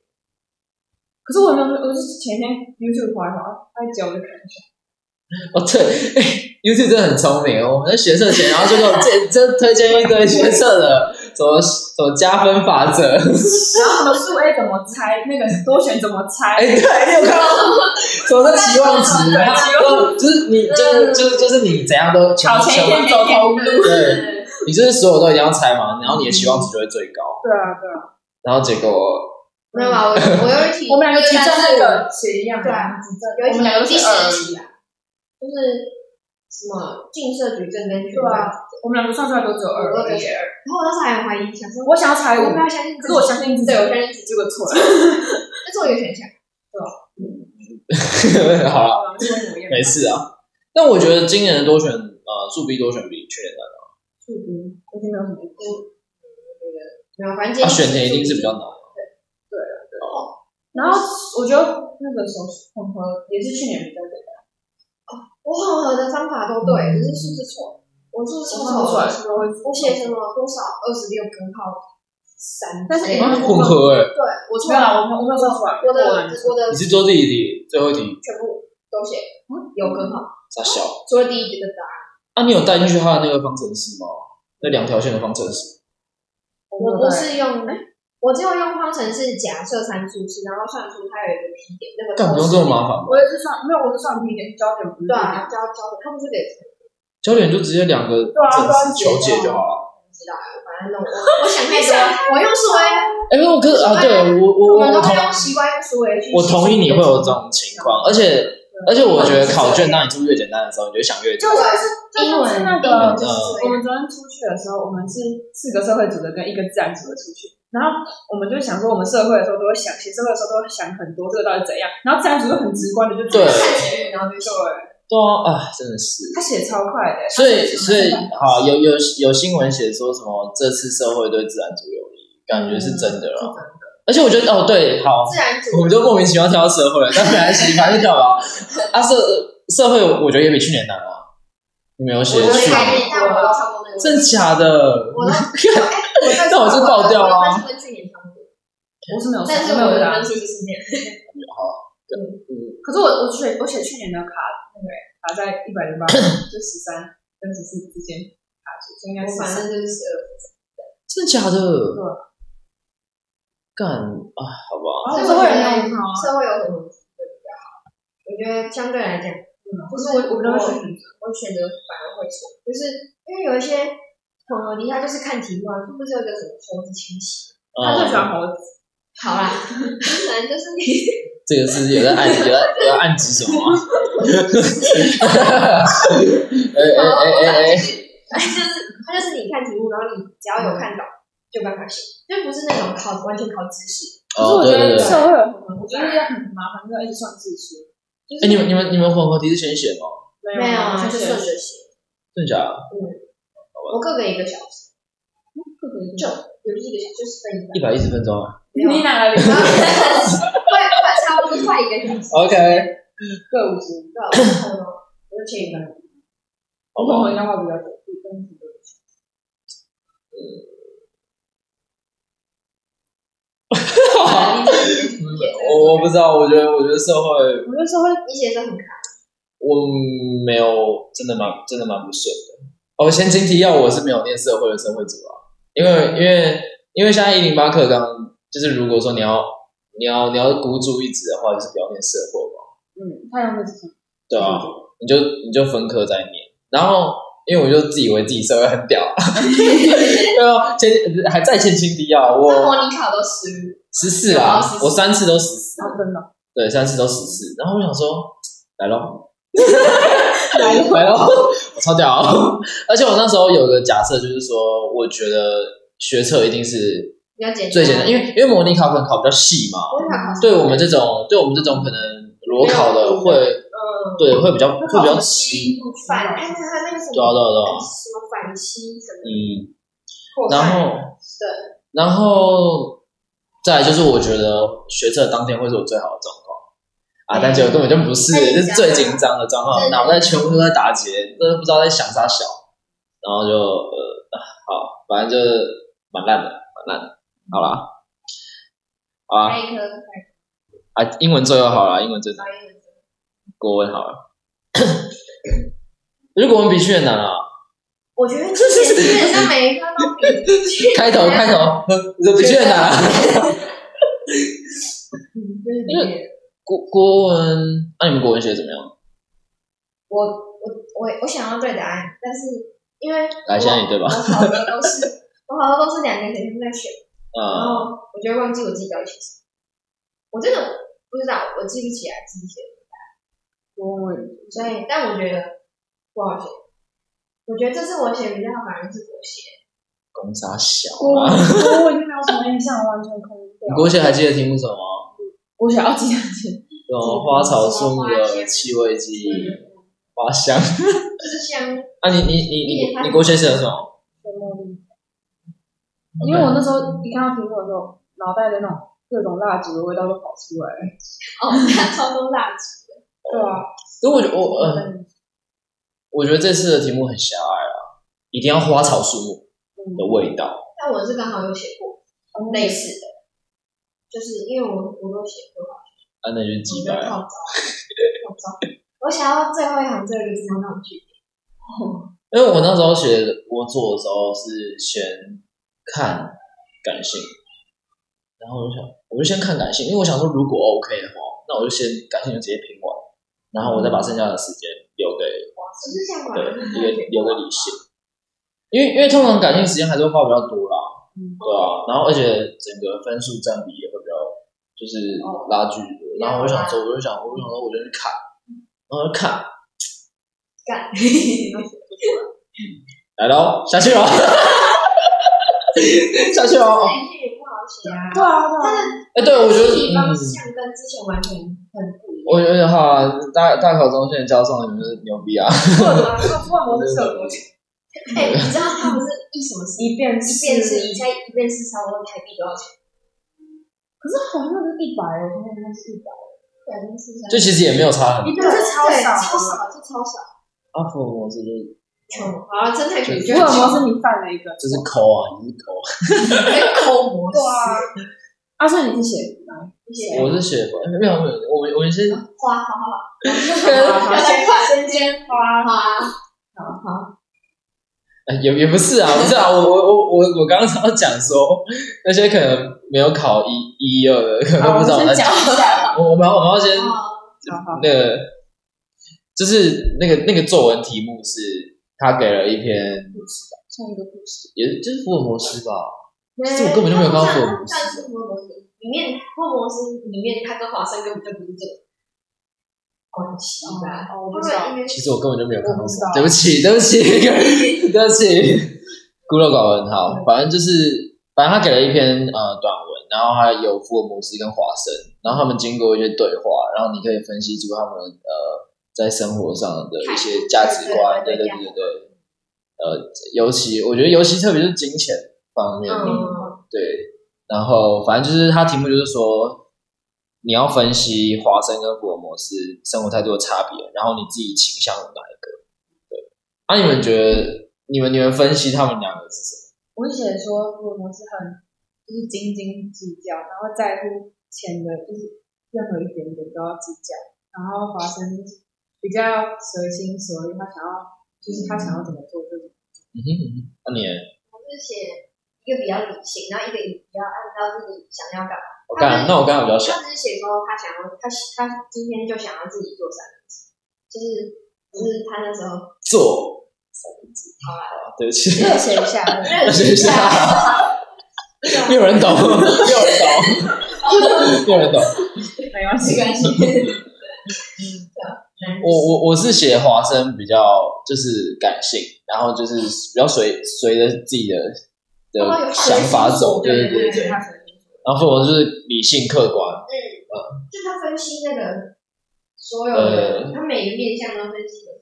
[SPEAKER 1] 可是我没有，我就是前天 YouTube 滑一滑，哎太久就看一下。
[SPEAKER 2] 哦，对，YouTube 真的很聪明哦，我们在学测前，然后就给我这这推荐一堆学测的什么什么加分法则。
[SPEAKER 1] 然后什么数 A 哎怎么猜，那个多选怎么猜，
[SPEAKER 2] 哎，对，你有看到什么叫期望值？
[SPEAKER 1] 对
[SPEAKER 2] 然后就是你，就是就是就是你怎样都全
[SPEAKER 1] 考
[SPEAKER 2] 全
[SPEAKER 1] 前一天走投无路。
[SPEAKER 2] 对，你就是所有都一定要猜嘛，然后你的期望值就会最高，
[SPEAKER 1] 对啊，对啊。
[SPEAKER 2] 然后结果 *laughs*
[SPEAKER 3] 没有啊，我我有一题，
[SPEAKER 1] 我们两个集中那个写一样
[SPEAKER 3] 对
[SPEAKER 1] 的，
[SPEAKER 3] 啊
[SPEAKER 1] 集中
[SPEAKER 3] 有一
[SPEAKER 1] 我
[SPEAKER 3] 题
[SPEAKER 1] 们两个
[SPEAKER 3] 第
[SPEAKER 1] 是
[SPEAKER 3] 十
[SPEAKER 1] 二，
[SPEAKER 3] 题啊，就是什么近射矩阵跟矩阵，
[SPEAKER 1] 对啊我们两个算出来都只有二
[SPEAKER 3] 我都
[SPEAKER 1] 而
[SPEAKER 3] 只
[SPEAKER 1] 已。
[SPEAKER 3] 然后我当时还很怀疑，想说
[SPEAKER 1] 我想要猜
[SPEAKER 3] 我，
[SPEAKER 1] 五
[SPEAKER 3] 不要相信自己，
[SPEAKER 1] 可是我相信自己，
[SPEAKER 3] 对我
[SPEAKER 1] 相信自己，结果错了。
[SPEAKER 3] 但是我有选项，
[SPEAKER 2] 好了，
[SPEAKER 1] 好了，这个我也
[SPEAKER 2] 没事啊。但我觉得今年的多选呃数 B 多选比去年难
[SPEAKER 1] 数学我觉得没有什么意思。
[SPEAKER 3] 没有，反正今天
[SPEAKER 2] 啊，选填一定是比较难。
[SPEAKER 1] 然后我觉得那个手混合也是去年比较简单，
[SPEAKER 3] 我混合的方法都对，只是数字错，我数字错
[SPEAKER 1] 混合出来
[SPEAKER 3] 错，
[SPEAKER 1] 都会
[SPEAKER 3] 我写什么多少二十六根号三，
[SPEAKER 1] 但是
[SPEAKER 3] 对
[SPEAKER 1] 你
[SPEAKER 2] 啊
[SPEAKER 1] 们
[SPEAKER 2] 混合哎，
[SPEAKER 3] 我错
[SPEAKER 1] 没有
[SPEAKER 3] 了，
[SPEAKER 1] 啦，我没有我没有啊算出来，
[SPEAKER 3] 我的我
[SPEAKER 1] 我懒
[SPEAKER 3] 的
[SPEAKER 1] 得
[SPEAKER 2] 你是做第一题，最后一题
[SPEAKER 3] 全部都写
[SPEAKER 1] 嗯
[SPEAKER 3] 有根号，
[SPEAKER 2] 傻笑。
[SPEAKER 3] 除了第一题的答案，
[SPEAKER 2] 啊，你有带进去它的那个方程式吗？那两条线的方程式？
[SPEAKER 3] 我不是用。我只有用方程式假设参数式，然后算出它有一个 P 点，那个
[SPEAKER 2] 干不用这么麻烦吧？
[SPEAKER 1] 我也是算，没有，我是算平点，焦点不是
[SPEAKER 3] 对
[SPEAKER 1] 重点
[SPEAKER 3] 啊，教教的，他不是给
[SPEAKER 2] 焦点就直接两个整式求解就好了。
[SPEAKER 3] 知道，反正弄我我想太多，我用数 A，
[SPEAKER 2] 哎、没有，可是啊，对啊我我
[SPEAKER 3] 我
[SPEAKER 2] 我
[SPEAKER 3] 都
[SPEAKER 2] 我
[SPEAKER 3] 会
[SPEAKER 2] 同
[SPEAKER 3] 用习惯用数 A 去。
[SPEAKER 2] 我同意你会有这种情况，而且而且我觉得考卷当你出越简单的时候，你就想越
[SPEAKER 1] 就
[SPEAKER 2] 多。
[SPEAKER 1] 像是就
[SPEAKER 3] 英
[SPEAKER 1] 像
[SPEAKER 3] 文
[SPEAKER 1] 是那
[SPEAKER 2] 英
[SPEAKER 1] 个
[SPEAKER 2] 文，嗯
[SPEAKER 1] 我们昨天出去的时候，我们是四个社会组的跟一个自然组的出去，然后我们就想说，我们社会的时候都会想，写社会的时候都会想很多，这个到底怎样？然后自然组就很直观的就
[SPEAKER 2] 对
[SPEAKER 3] 看题目，然后就
[SPEAKER 1] 对
[SPEAKER 3] 写。，
[SPEAKER 2] 对啊，啊，真的是。
[SPEAKER 1] 他写超快的，
[SPEAKER 2] 所以
[SPEAKER 1] 他写
[SPEAKER 2] 所以好，有有有新闻写说什么这次社会对自然组有利，感觉是真的了。而且我觉得哦，对，好，
[SPEAKER 3] 自然组
[SPEAKER 2] *laughs* 我们就莫名其妙跳到社会了，但没关系，反正跳吧。啊，社社会我觉得也比去年难啊。你没有写
[SPEAKER 3] 我
[SPEAKER 2] 去
[SPEAKER 3] 会念，
[SPEAKER 2] 年？
[SPEAKER 3] 但我都超过那个。
[SPEAKER 2] 真假的？
[SPEAKER 3] 我都哎，
[SPEAKER 2] 那我是爆掉
[SPEAKER 3] 但
[SPEAKER 2] 啊了
[SPEAKER 3] 是跟去年差不多，
[SPEAKER 1] 我是没有，
[SPEAKER 3] 但是
[SPEAKER 1] 我没
[SPEAKER 3] 我
[SPEAKER 1] 有
[SPEAKER 3] 的
[SPEAKER 1] 答
[SPEAKER 3] 分。数就是这样。
[SPEAKER 2] 嗯
[SPEAKER 1] 可是我我写我写去年的卡那个卡在一百零八，就十三跟十四之间卡住，所以应该是
[SPEAKER 3] 我反正就是十二。
[SPEAKER 2] *laughs* 真的假的？
[SPEAKER 1] 对
[SPEAKER 2] 干啊，好吧。
[SPEAKER 1] 然后社会人也很好啊，
[SPEAKER 3] 社会有什么比较好？我觉得相对来讲，
[SPEAKER 1] 不是我我不知道选什么。
[SPEAKER 3] 我选择反而会错，就是因为有一些混合题，它就是看题目啊，是不是有个什么猴子清洗？
[SPEAKER 1] 他最喜
[SPEAKER 2] 嗯，
[SPEAKER 1] 欢猴子。
[SPEAKER 3] 好 *laughs* 啦，反正就是你。
[SPEAKER 2] 这个是有在暗有在有在暗指什么
[SPEAKER 1] *laughs*
[SPEAKER 2] 啊？哎哎哎哎哎，
[SPEAKER 3] 它就是它就是你看题目，然后你只要有看懂，就有办法写，就不是那种考完全考知识。
[SPEAKER 1] 可是
[SPEAKER 2] 哦
[SPEAKER 1] 我
[SPEAKER 2] 对
[SPEAKER 1] 觉
[SPEAKER 2] 对
[SPEAKER 1] 得
[SPEAKER 2] 对，
[SPEAKER 1] 社会有很多，我觉得也很麻烦，就要一直算字数。
[SPEAKER 2] 哎哎你们你们你们混合题是先写吗？
[SPEAKER 1] 没
[SPEAKER 3] 没有啊，
[SPEAKER 1] 啊，
[SPEAKER 3] 就顺着写。
[SPEAKER 2] 真假的？
[SPEAKER 3] 我各个一个小时，
[SPEAKER 1] 不可以
[SPEAKER 3] 就有一个小时就是分一
[SPEAKER 2] 一
[SPEAKER 3] 半，
[SPEAKER 2] 百一十分钟啊
[SPEAKER 1] 你哪来的？
[SPEAKER 3] 然后快快差不多快一个小时，
[SPEAKER 2] ？OK，
[SPEAKER 1] 各五十，
[SPEAKER 3] 对，然后我就去一半，
[SPEAKER 1] 我可能应该花比较久，一分钟左右。
[SPEAKER 3] 你自己
[SPEAKER 2] 嗯我我不知道，我觉得我觉得社会
[SPEAKER 1] 我那时候会
[SPEAKER 3] 你写的很卡，
[SPEAKER 2] 我没有真的蛮真的蛮不顺的。哦，先前提要我是没有念社会的社会组啊，因为因为因为现在一零八课纲就是如果说你要你要你要孤注一掷的话，就是不要念社会嘛，
[SPEAKER 1] 嗯，太阳会自己
[SPEAKER 2] 对啊，你就你就分科再念，然后。因为我就自以为自己社会很屌，啊对啊，前还在前情提
[SPEAKER 3] 那
[SPEAKER 2] 要，我
[SPEAKER 3] 模拟考都十五，
[SPEAKER 2] 十四啊
[SPEAKER 3] 哦，14
[SPEAKER 2] 我三次都十四，
[SPEAKER 1] 超真的，
[SPEAKER 2] 对，三次都十四。然后我想说，来咯，
[SPEAKER 1] 来咯
[SPEAKER 2] 来咯，我超屌哦。而且我那时候有个假设，就是说，我觉得学测一定是
[SPEAKER 3] 比较简单，
[SPEAKER 2] 最简单，因为因为模拟考可能考比较细嘛。
[SPEAKER 3] 模拟考考，
[SPEAKER 2] 对我们这种，对我们这种可能裸考的会，
[SPEAKER 3] 嗯，
[SPEAKER 2] 对会比较
[SPEAKER 3] 那
[SPEAKER 2] 会
[SPEAKER 3] 考
[SPEAKER 2] 比
[SPEAKER 3] 什
[SPEAKER 2] 较
[SPEAKER 3] 么
[SPEAKER 2] 轻。
[SPEAKER 3] 西部反，哎，他那个什
[SPEAKER 2] 对啊
[SPEAKER 3] 么
[SPEAKER 2] 对啊对啊，
[SPEAKER 3] 什么反西什么
[SPEAKER 2] 嗯，
[SPEAKER 3] 扩散，
[SPEAKER 2] 然后
[SPEAKER 3] 对，
[SPEAKER 2] 然后再来就是我觉得学测当天会是我最好的状况啊，但结果根本就不是，
[SPEAKER 3] 太紧
[SPEAKER 2] 这
[SPEAKER 3] 张
[SPEAKER 2] 是最紧张的状况，
[SPEAKER 3] 了
[SPEAKER 2] 脑袋全部都在打结，真的不知道在想啥小，然后就呃好，反正就蛮烂的，蛮烂的，好啦，好
[SPEAKER 3] 开
[SPEAKER 2] 啊
[SPEAKER 3] 一科，
[SPEAKER 2] 啊，英文最后好了，英文最难，
[SPEAKER 3] 开一科，
[SPEAKER 2] 国文好 *coughs* 了，我觉得国文比去年难啊，
[SPEAKER 3] *laughs* 我觉得今年基本上每一科都比去年
[SPEAKER 2] 开头开头，
[SPEAKER 3] *laughs*
[SPEAKER 2] 呵这比去年难啊。
[SPEAKER 1] 嗯，就是
[SPEAKER 2] 因为国国文，那、你们国文学得怎么样？
[SPEAKER 3] 我我我我想要对答案，但是因为
[SPEAKER 2] 来，现在你对
[SPEAKER 3] 我
[SPEAKER 2] 吧？
[SPEAKER 3] 好多都是我好多都是两年前他们在选，然
[SPEAKER 2] 嗯，
[SPEAKER 3] 后我就会忘记我自己到底写什么，我真的不知道，我记不起来自己写的，
[SPEAKER 1] 我我也
[SPEAKER 3] 所以但我觉得不好写，我觉得这次我写比较好，反而是国写，
[SPEAKER 2] 公差小
[SPEAKER 1] 我
[SPEAKER 2] 啊。
[SPEAKER 1] 我已经没有什么印象，完全空
[SPEAKER 2] 你
[SPEAKER 1] 掉。
[SPEAKER 2] 国写还记得题目什么吗？
[SPEAKER 1] 我想要记得起，
[SPEAKER 2] 什么花草树木的气味记忆，
[SPEAKER 3] 嗯，
[SPEAKER 2] 花香。
[SPEAKER 3] 就是像
[SPEAKER 2] 啊，你你你
[SPEAKER 3] 一点
[SPEAKER 2] 你
[SPEAKER 3] 半
[SPEAKER 2] 你国写写的什么？
[SPEAKER 1] 全茉莉。因为我那时候一看到苹果的时候，脑袋的那种各种蜡烛的味道都跑出来了。
[SPEAKER 3] *laughs* 哦，那超多蜡烛，
[SPEAKER 1] 对啊，
[SPEAKER 2] 因为我觉得我嗯，
[SPEAKER 1] 嗯
[SPEAKER 2] 我觉得这次的题目很狭隘啊，一定要花草树木
[SPEAKER 1] 嗯
[SPEAKER 2] 的味道。
[SPEAKER 3] 但我是刚好有写过类似的，就是因为我我都写过。
[SPEAKER 2] 啊，那就
[SPEAKER 3] 我
[SPEAKER 2] 几
[SPEAKER 3] 觉
[SPEAKER 2] 百
[SPEAKER 3] 得好
[SPEAKER 2] 啊。
[SPEAKER 3] 糟，好糟！我想要最后一行这个字让我去，
[SPEAKER 2] 因为我那时候写我做的时候是先看感性，然后我就想，我就先看感性，因为我想说如果 OK 的话，那我就先感性就直接拼完，然后我再把剩下的时间留给
[SPEAKER 3] 就是像管
[SPEAKER 2] 对，
[SPEAKER 3] *laughs*
[SPEAKER 2] *laughs* 一个有个理性，因为因为通常感性时间还是会花比较多啦，
[SPEAKER 1] 嗯
[SPEAKER 2] 对啊，然后而且整个分数占比也会比较就是
[SPEAKER 3] 哦
[SPEAKER 2] 拉嗯锯，然后我就想说，我就想，我就想说，我就去看，然后就看，
[SPEAKER 3] 干，
[SPEAKER 2] 来喽，下去喽， *laughs* *laughs* 下去喽，
[SPEAKER 3] *laughs* 这一句也不好写啊。
[SPEAKER 1] 对啊，对啊，
[SPEAKER 3] 他的
[SPEAKER 2] 哎，对我觉得，
[SPEAKER 3] 题
[SPEAKER 2] 嗯
[SPEAKER 3] 方，向跟之前完全很不一样。
[SPEAKER 2] 我觉得哈，大大考中现在教上你们是牛逼啊， *laughs*
[SPEAKER 1] 福尔摩斯，福尔摩斯有多久？
[SPEAKER 2] 啊
[SPEAKER 3] 哎，你知道他不是一什么一
[SPEAKER 1] 一
[SPEAKER 3] 一
[SPEAKER 1] 遍是
[SPEAKER 3] 变是一，在一变是超过台币多少钱？
[SPEAKER 1] 可是好像是一百，我现在应该是一百，
[SPEAKER 3] 对，是
[SPEAKER 2] 就其实也没有差很多。
[SPEAKER 1] 一遍是超少，
[SPEAKER 3] 超。少，就超少。
[SPEAKER 2] 阿福尔摩斯就是
[SPEAKER 3] 穷，好了，真的
[SPEAKER 1] 福尔摩斯你犯了一个，
[SPEAKER 2] 就是抠啊，你是抠，
[SPEAKER 3] 抠模
[SPEAKER 1] 对啊。阿顺，你是写哪一个？
[SPEAKER 3] 写
[SPEAKER 2] 我是写没有没有，我们我们先
[SPEAKER 3] 花花花，
[SPEAKER 1] 好先先先花
[SPEAKER 3] 花花，好好。
[SPEAKER 2] 哎也也不是啊，不是啊，我我我我我刚刚要讲说，那些可能没有考一一一二的，可能都不
[SPEAKER 1] 好，
[SPEAKER 2] 知
[SPEAKER 1] 们
[SPEAKER 2] 道我
[SPEAKER 1] 哦先
[SPEAKER 2] 在
[SPEAKER 1] 讲
[SPEAKER 2] 讲。
[SPEAKER 1] 一下。
[SPEAKER 2] 我我们要我们要先
[SPEAKER 3] 哦，
[SPEAKER 1] 好好，
[SPEAKER 2] 那个，就是那个那个作文题目是他给了一篇，
[SPEAKER 1] 算一个故事。
[SPEAKER 2] 也就是福尔摩斯吧，
[SPEAKER 3] 这
[SPEAKER 2] 这我根本就没有看到福尔摩斯
[SPEAKER 3] 但是福尔摩斯里面，福尔摩斯里面他跟华生根本就不是这个关系吧？
[SPEAKER 1] 哦，我
[SPEAKER 3] 他
[SPEAKER 1] 不知道。
[SPEAKER 3] 们应该
[SPEAKER 2] 其实我根本就没有看过
[SPEAKER 1] 我不知道。
[SPEAKER 2] 对不起， *laughs* 对不起，对不起，孤陋寡闻。好，
[SPEAKER 1] 嗯
[SPEAKER 2] 反正就是，反正他给了一篇呃短文，然后还有福尔摩斯跟华生，然后他们经过一些对话，然后你可以分析出他们呃在生活上的一些价值观，对
[SPEAKER 3] 对
[SPEAKER 2] 对
[SPEAKER 3] 对
[SPEAKER 2] 对对对。呃，尤其我觉得尤其特别是金钱方面，
[SPEAKER 3] 嗯，
[SPEAKER 2] 对，然后反正就是它题目就是说，你要分析华生跟福尔摩斯生活态度的差别，然后你自己倾向于哪一个？对，那、你们觉得你们你们分析他们两个是什么？
[SPEAKER 1] 我写说福尔摩斯很就是斤斤计较，然后在乎钱的，就是任何一点点都要计较。然后华生就是比较随心所欲，他想要就是他想要怎么做就怎么做。
[SPEAKER 2] 嗯哼，嗯哼那你呢
[SPEAKER 3] 我是写一个比较理性，然后一个比较按照自己想要干嘛。
[SPEAKER 2] 我刚那我刚刚比较想，
[SPEAKER 3] 他只是写说他想要，他他今天就想要自己做三明治，就是就是他那时候
[SPEAKER 2] 做好啊，对不起，
[SPEAKER 1] 热血
[SPEAKER 2] *laughs*
[SPEAKER 1] 一下，
[SPEAKER 3] 热
[SPEAKER 2] 血一下，没 *laughs* 有人懂，没有人懂，没有人懂。 *laughs*
[SPEAKER 1] 没关
[SPEAKER 3] 没，
[SPEAKER 1] 系
[SPEAKER 3] 关系。
[SPEAKER 2] 我我我是写华生比较就是感性，然后就是比较随随着自己的的想法走，对对对对。
[SPEAKER 1] 他随心所欲。
[SPEAKER 2] 然后我就是理性客观，
[SPEAKER 3] 嗯，就他分析那个所有的，他每个面向都分析的。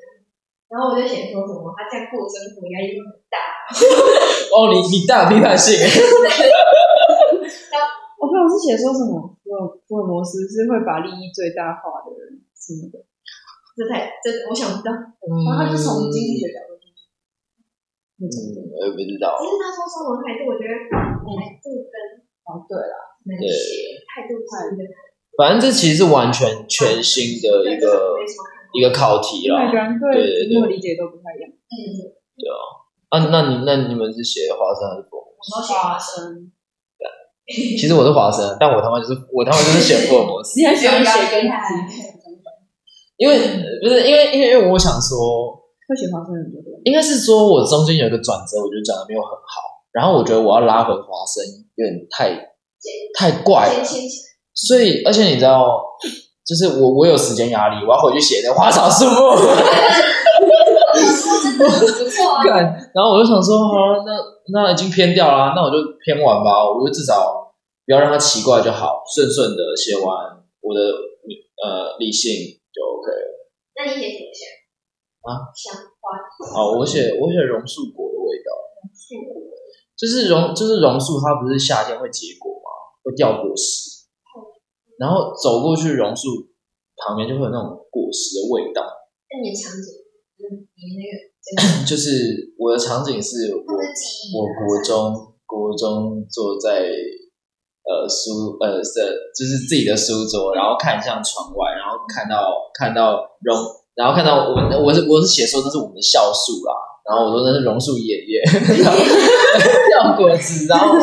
[SPEAKER 3] 然后我就写说什么，他这样过生活压力会很大。
[SPEAKER 2] 哦，你你大批判性，
[SPEAKER 1] 我朋友是写说什么福尔福尔摩斯是会把利益最大化的人什么的，
[SPEAKER 3] 这太这我想不到，
[SPEAKER 1] 然后他就从经济
[SPEAKER 2] 嗯，
[SPEAKER 1] 学角度去那种的。
[SPEAKER 2] 我也不知道
[SPEAKER 3] 只，是他说生活态度，我觉得态度跟
[SPEAKER 1] 哦，对了，
[SPEAKER 3] 能写态度是一个
[SPEAKER 2] 反正这其实是完全全新的一个
[SPEAKER 3] 没什么
[SPEAKER 2] 一个考题
[SPEAKER 1] 每个
[SPEAKER 2] 啦。
[SPEAKER 1] 人
[SPEAKER 2] 对对
[SPEAKER 1] 对题目的理解都不太一样。
[SPEAKER 3] 嗯，
[SPEAKER 2] 啊，那你那你们是写华生还是博？
[SPEAKER 3] 我都写华生，
[SPEAKER 1] 生，
[SPEAKER 2] 其实我是华生，但我他妈就是我他妈就是写福尔摩斯。
[SPEAKER 1] *laughs* 你很喜欢写跟
[SPEAKER 3] 自己
[SPEAKER 2] 因为不是因为因为因为我想说，
[SPEAKER 1] 会写华生很多人，
[SPEAKER 2] 应该是说我中间有一个转折，我觉得讲的没有很好，然后我觉得我要拉回华生有点太太怪了
[SPEAKER 3] 先，先写
[SPEAKER 2] 所以而且你知道，就是我我有时间压力，我要回去写那个花草树木，
[SPEAKER 3] 不错啊，
[SPEAKER 2] 干 *laughs* 然后我就想说，好、啊，那那已经偏掉啦，那我就偏完吧，我就至少不要让它奇怪就好，顺顺的写完我的呃理性就 OK 了。
[SPEAKER 3] 那你写什么写？
[SPEAKER 2] 啊，
[SPEAKER 3] 香花
[SPEAKER 2] 哦，我写我写榕树果的味道。
[SPEAKER 3] 树，
[SPEAKER 2] 就是榕，就是榕树，它不是夏天会结果吗？会掉果实，然后走过去榕树旁边就会有那种果实的味道。
[SPEAKER 3] 那你的场景，嗯，你那个真的，
[SPEAKER 2] 就是我的场景是我
[SPEAKER 3] 他们的记忆，
[SPEAKER 2] 我国中国中坐在呃书呃这就是自己的书桌，然后看向窗外，然后看到看到榕，然后看到我们我是我是写说那是我们的校树啦，然后我说那是榕树爷爷 *laughs*
[SPEAKER 1] *laughs*
[SPEAKER 2] 然后掉果子，然后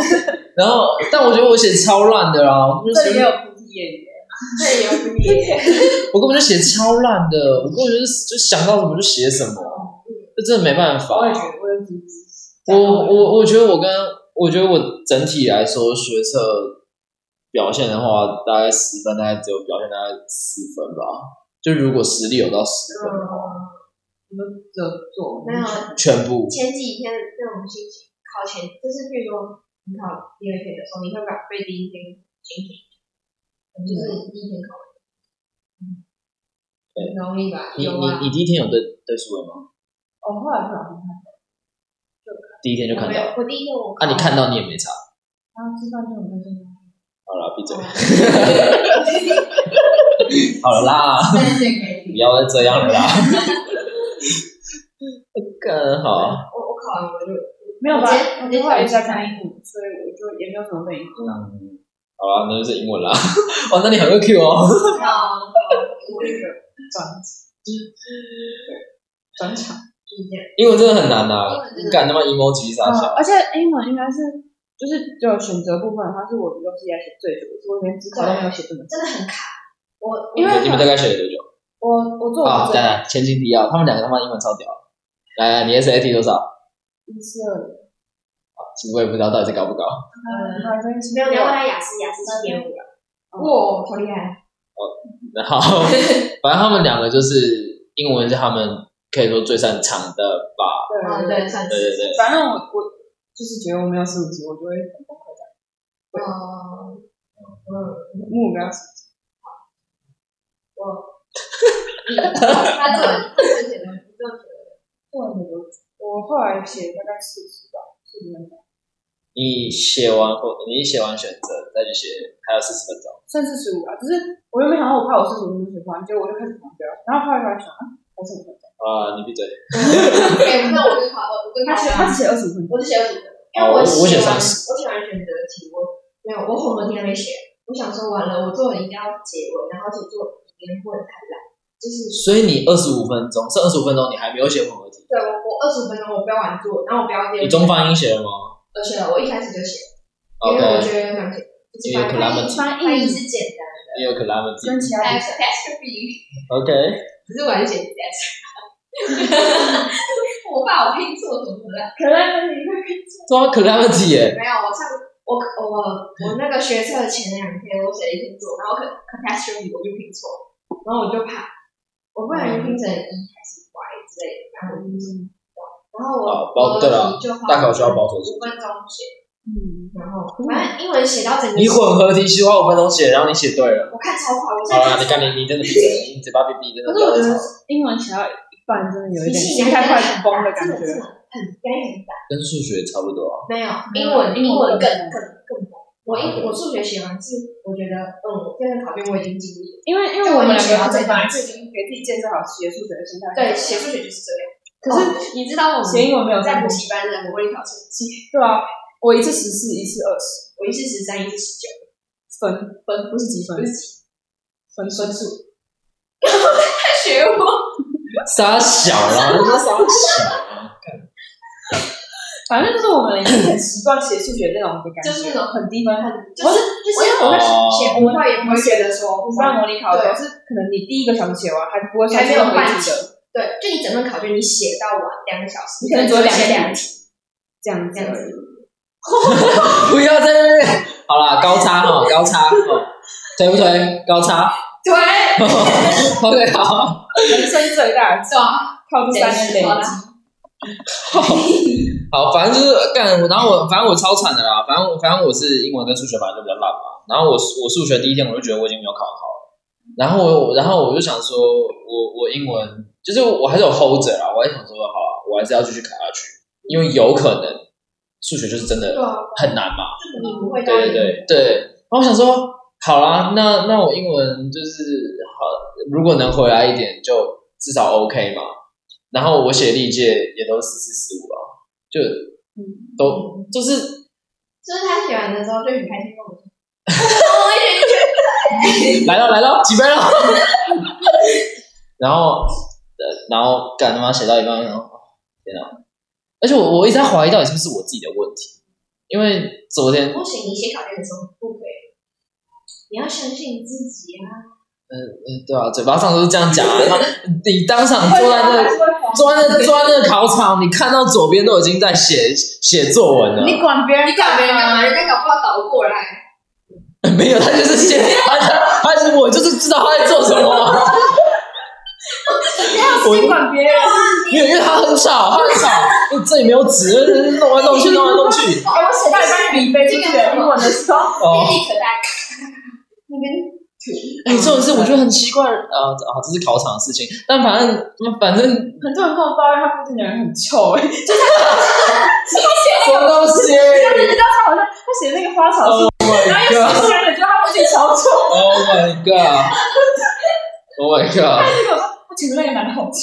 [SPEAKER 2] 然后但我觉得我写超烂的啦，我就
[SPEAKER 1] 这里也
[SPEAKER 2] 是
[SPEAKER 1] 有菩提演员， *laughs*
[SPEAKER 3] 对，有你，对，
[SPEAKER 2] 我根本就写超烂的，我根本就是就想到什么就写什么，这真的没办法。
[SPEAKER 1] 哦嗯我也觉得我有几只。
[SPEAKER 2] 我我我觉得我跟我觉得我整体来说学测表现的话，大概十分，大概只有表现大概四分吧。就如果实力有到十分，
[SPEAKER 3] 嗯，
[SPEAKER 1] 你们只有做
[SPEAKER 3] 没有
[SPEAKER 2] 全部
[SPEAKER 3] 前几天那种心情，考前就是譬如说你考第二天的时候，你会把背第一天心情，就是第一天考完，嗯，容易吧？
[SPEAKER 2] 你
[SPEAKER 3] 有啊
[SPEAKER 2] 你，你第一天有对对数位吗？
[SPEAKER 1] 哦，后来不小心看，
[SPEAKER 2] 第一天就看到了，
[SPEAKER 3] 我第一天我
[SPEAKER 2] 啊，你
[SPEAKER 3] *laughs*
[SPEAKER 2] 看到你也没差。
[SPEAKER 1] 然后吃饭就很开心。
[SPEAKER 2] 好了，闭嘴。
[SPEAKER 3] 哦对
[SPEAKER 2] *laughs* 好了啦，
[SPEAKER 3] 对可以
[SPEAKER 2] 不要再这
[SPEAKER 3] *laughs*
[SPEAKER 2] 样了啦。 *laughs* 更好，啊
[SPEAKER 3] 我我考完我就
[SPEAKER 1] 没有吧？
[SPEAKER 3] 我
[SPEAKER 1] 我
[SPEAKER 3] 直接
[SPEAKER 1] 就后来一直在看英语，所以我就也没有什么背影。
[SPEAKER 2] 嗯，好啦，那就是英文啦。 *laughs* 哦，那你很会 Q
[SPEAKER 3] 考
[SPEAKER 2] 哦。
[SPEAKER 1] 我
[SPEAKER 3] 嗯
[SPEAKER 1] 那个转转场，
[SPEAKER 3] 就是这样，
[SPEAKER 2] 英文真的很难呐、
[SPEAKER 3] 英文真的哦
[SPEAKER 2] 敢他妈 emoji 傻笑。
[SPEAKER 1] 嗯而且英文应该是就是只有选择部分，它是我有史以来写最久的，我连职考都没有写这么久。
[SPEAKER 3] 真的很卡。我
[SPEAKER 1] 因为
[SPEAKER 2] 你们大概学了多久？
[SPEAKER 1] 我我
[SPEAKER 2] 好，
[SPEAKER 1] 做我
[SPEAKER 2] 啊当
[SPEAKER 1] 最
[SPEAKER 2] 然前情提要，他们两个他妈英文超屌。来，来你 SAT 多少？
[SPEAKER 1] 一四二，
[SPEAKER 2] 其实我也不知道到底在高不高。 *laughs* 哦，
[SPEAKER 1] 嗯，
[SPEAKER 3] 呃
[SPEAKER 1] 反正
[SPEAKER 3] 没有，你要问他雅思，雅思七点五了。哇，好厉害！
[SPEAKER 2] 然后反正他们两个就是英文是他们可以说最擅长的吧。
[SPEAKER 1] 啊哦对
[SPEAKER 3] 对，算
[SPEAKER 2] 对对
[SPEAKER 3] 是。
[SPEAKER 2] 对，
[SPEAKER 1] 反正我我就是觉得我没有十五级，我就会很崩溃的。
[SPEAKER 3] 哦，嗯，
[SPEAKER 1] 目标是
[SPEAKER 3] 我，他这么他这么写的，这么写的，
[SPEAKER 1] 做很多，我后来写大概四十吧，四十分钟，
[SPEAKER 2] 你写完后，你写完选择再去写，还有四十分钟。
[SPEAKER 1] 算四十五吧。只是我原本想说，我怕我四十五分钟写不完，结果我就开始狂飙，然后后来后来想啊，还是五分钟。
[SPEAKER 2] 啊，你闭嘴。
[SPEAKER 3] 嗯对，那我跟考，哦我跟他
[SPEAKER 1] 他写他只写二十五分钟，
[SPEAKER 3] 我只写二十分，因为
[SPEAKER 2] 哦我我
[SPEAKER 3] 写
[SPEAKER 2] 写
[SPEAKER 3] 完
[SPEAKER 2] 三十
[SPEAKER 3] 我写完选择题，我没有，我红楼题还没写，我想说完了，我作文一定要结尾，然后写作文一定不能太烂，就是
[SPEAKER 2] 所以你二十五分钟，剩二十五分钟，你还没有写混合题。
[SPEAKER 3] 对我我二十分钟我不要完作文，然后我不要第二
[SPEAKER 2] 你中翻英写了吗
[SPEAKER 3] 而且我一开始就写，因为我
[SPEAKER 2] ？OK，
[SPEAKER 3] 觉得蛮简
[SPEAKER 2] 哦
[SPEAKER 3] 单，
[SPEAKER 2] 因为克拉
[SPEAKER 3] 翻
[SPEAKER 2] 们
[SPEAKER 3] 译 *laughs* 翻译是简单的，
[SPEAKER 2] 也有 calamity。
[SPEAKER 1] 跟其
[SPEAKER 3] *laughs*
[SPEAKER 1] 他
[SPEAKER 3] 但
[SPEAKER 1] 人
[SPEAKER 3] 是 catastrophe，
[SPEAKER 2] OK，
[SPEAKER 3] 可是我还是 *laughs* 写 catastrophe，我怕我拼错怎么了？
[SPEAKER 1] 可能你会
[SPEAKER 2] 对啊，calamity 耶。
[SPEAKER 3] 没有，我上我我我那个学测前两天我写了一篇作文，然后可 catastrophe 我就拼错，然后我就怕，我不然拼成 e 还是 y 之类的，然后我就
[SPEAKER 1] 嗯
[SPEAKER 3] 然后我
[SPEAKER 2] 哦
[SPEAKER 3] 我
[SPEAKER 2] 包对了
[SPEAKER 3] 就花
[SPEAKER 2] 大考需要保守
[SPEAKER 3] 五分钟写，
[SPEAKER 1] 嗯，
[SPEAKER 3] 然后反正英文写到整个
[SPEAKER 2] 你混合题需要五分钟写，然后你写对了。
[SPEAKER 3] 我看超快，我真
[SPEAKER 2] 好
[SPEAKER 3] 的
[SPEAKER 2] 啊了，你看你你真的闭嘴，你嘴巴闭闭，真的不
[SPEAKER 1] 可是我
[SPEAKER 2] 要
[SPEAKER 1] 觉
[SPEAKER 2] 再吵了。
[SPEAKER 1] 得英文写到一半，真的有一
[SPEAKER 3] 脾
[SPEAKER 1] 点
[SPEAKER 3] 气
[SPEAKER 1] 心态快崩的感
[SPEAKER 3] 真是
[SPEAKER 1] 觉。
[SPEAKER 3] 很压力很大。
[SPEAKER 2] 跟数学差不多啊。
[SPEAKER 3] 没有，
[SPEAKER 1] 没
[SPEAKER 3] 英
[SPEAKER 1] 有
[SPEAKER 3] 文英
[SPEAKER 1] 英
[SPEAKER 3] 文
[SPEAKER 1] 文
[SPEAKER 3] 更
[SPEAKER 1] 更
[SPEAKER 3] 更更猛。我英我数学写完是，我觉得嗯，我这份考卷我已经尽力了。
[SPEAKER 1] 因为因为我们两个本来就已经给自己建设好学数学的心态，
[SPEAKER 3] 对，写数学就是这样。
[SPEAKER 1] 可是
[SPEAKER 3] 哦你知道我
[SPEAKER 1] 写
[SPEAKER 3] 们
[SPEAKER 1] 英文没有
[SPEAKER 3] 在
[SPEAKER 1] 在
[SPEAKER 3] 补
[SPEAKER 1] 补，
[SPEAKER 3] 习班的模拟考成绩，
[SPEAKER 1] 对啊，我一次十四，一次二十
[SPEAKER 3] 我一次十三，一次十九，
[SPEAKER 1] 分分，不是积分
[SPEAKER 3] 不，是几。
[SPEAKER 1] 分分数。
[SPEAKER 3] 他学我，
[SPEAKER 2] 傻小啊啦，你说傻小啊。
[SPEAKER 1] 反正就是我们已经很习惯写数学这种的感
[SPEAKER 3] 就
[SPEAKER 1] 觉，
[SPEAKER 3] 是那种
[SPEAKER 1] 很低分，很
[SPEAKER 3] 就是就是我在写
[SPEAKER 2] 哦
[SPEAKER 3] 不到也不会
[SPEAKER 1] 我写
[SPEAKER 3] 觉
[SPEAKER 1] 的
[SPEAKER 3] 得
[SPEAKER 1] 说，
[SPEAKER 3] 不
[SPEAKER 1] 不
[SPEAKER 3] 是
[SPEAKER 1] 像模拟考的
[SPEAKER 3] 对
[SPEAKER 1] 时候，是可能你第一个小时写完，还不会
[SPEAKER 3] 还
[SPEAKER 1] 算
[SPEAKER 3] 没
[SPEAKER 1] 是
[SPEAKER 3] 有
[SPEAKER 1] 回
[SPEAKER 3] 换
[SPEAKER 1] 题的，
[SPEAKER 3] 对，就你整份考卷你写到完两个小时，
[SPEAKER 1] 你可能只有两
[SPEAKER 3] 写
[SPEAKER 1] 题
[SPEAKER 3] 两题
[SPEAKER 1] 这样
[SPEAKER 3] 这
[SPEAKER 1] 子
[SPEAKER 3] 样
[SPEAKER 1] 而已。
[SPEAKER 3] 子。
[SPEAKER 2] 不要在那边。好啦，高差哈，高差哦，推不推？高差。 *laughs*
[SPEAKER 3] 对，
[SPEAKER 2] OK，好。
[SPEAKER 1] 人生最大的
[SPEAKER 3] 是吧？
[SPEAKER 1] 靠这三年累积，
[SPEAKER 2] *laughs* 好，反正就是干，然后我反正我超惨的啦，反正我反正我是英文跟数学本来就比较烂嘛，然后我数我数学第一天我就觉得我已经没有考得好了，然后我然后我就想说我我英文就是我还是有 hold 着啦，我还想说好了，我还是要继续考下去，因为有可能数学就是真
[SPEAKER 3] 对
[SPEAKER 2] 的
[SPEAKER 3] 啊，
[SPEAKER 2] 很难嘛，
[SPEAKER 3] 就你不会到
[SPEAKER 2] 对对对对，然后我想说好啦，那那我英文就是好，如果能回来一点就至少 OK 嘛，然后我写历届也都十四十五啊，就
[SPEAKER 1] 嗯，
[SPEAKER 2] 都。就是
[SPEAKER 3] 就是他写完的时候就很开心跟
[SPEAKER 2] *laughs*
[SPEAKER 3] 我说，我也觉得
[SPEAKER 2] 来了来了，几杯了。 *laughs* 然后，呃，然后干他妈写到一半，然后天啊！而且我我一直在怀疑到底是不是我自己的问题，因为昨天
[SPEAKER 3] *laughs* 不行，你写考卷的时候不可以，你要相信自己啊。 *laughs*
[SPEAKER 2] 嗯，对啊，嘴巴上都是这样讲啊，然后你当场坐在那坐在那坐在那个考场，你看到左边都已经在写写作文了，
[SPEAKER 1] 你管别人干嘛？
[SPEAKER 3] 人家搞不好倒过来，
[SPEAKER 2] *laughs* 没有，他就是写，他他他是我就是知道他在做什么啊、我
[SPEAKER 1] 你管别人？
[SPEAKER 2] 没有，因为他很吵，他很吵，这里没有纸，弄来弄去，弄来弄去。
[SPEAKER 1] 哎，我写到一半笔飞出去了，英文的 *laughs* 时候，
[SPEAKER 2] 哦，
[SPEAKER 3] 立刻在那边
[SPEAKER 2] 哎，这种事我觉得很奇怪，呃，啊，这是考场的事情，但反正反正
[SPEAKER 1] 很多人跟我抱怨他附近的人很臭，哎，
[SPEAKER 2] 什么东西
[SPEAKER 1] 你知道他好像他写那个花草树，
[SPEAKER 2] ？Oh my
[SPEAKER 1] 然 *laughs* 后
[SPEAKER 2] god！Oh
[SPEAKER 1] 有人觉得他附近超臭，
[SPEAKER 2] my god！Oh my god！
[SPEAKER 1] 他就跟我说他前面那个男的好臭。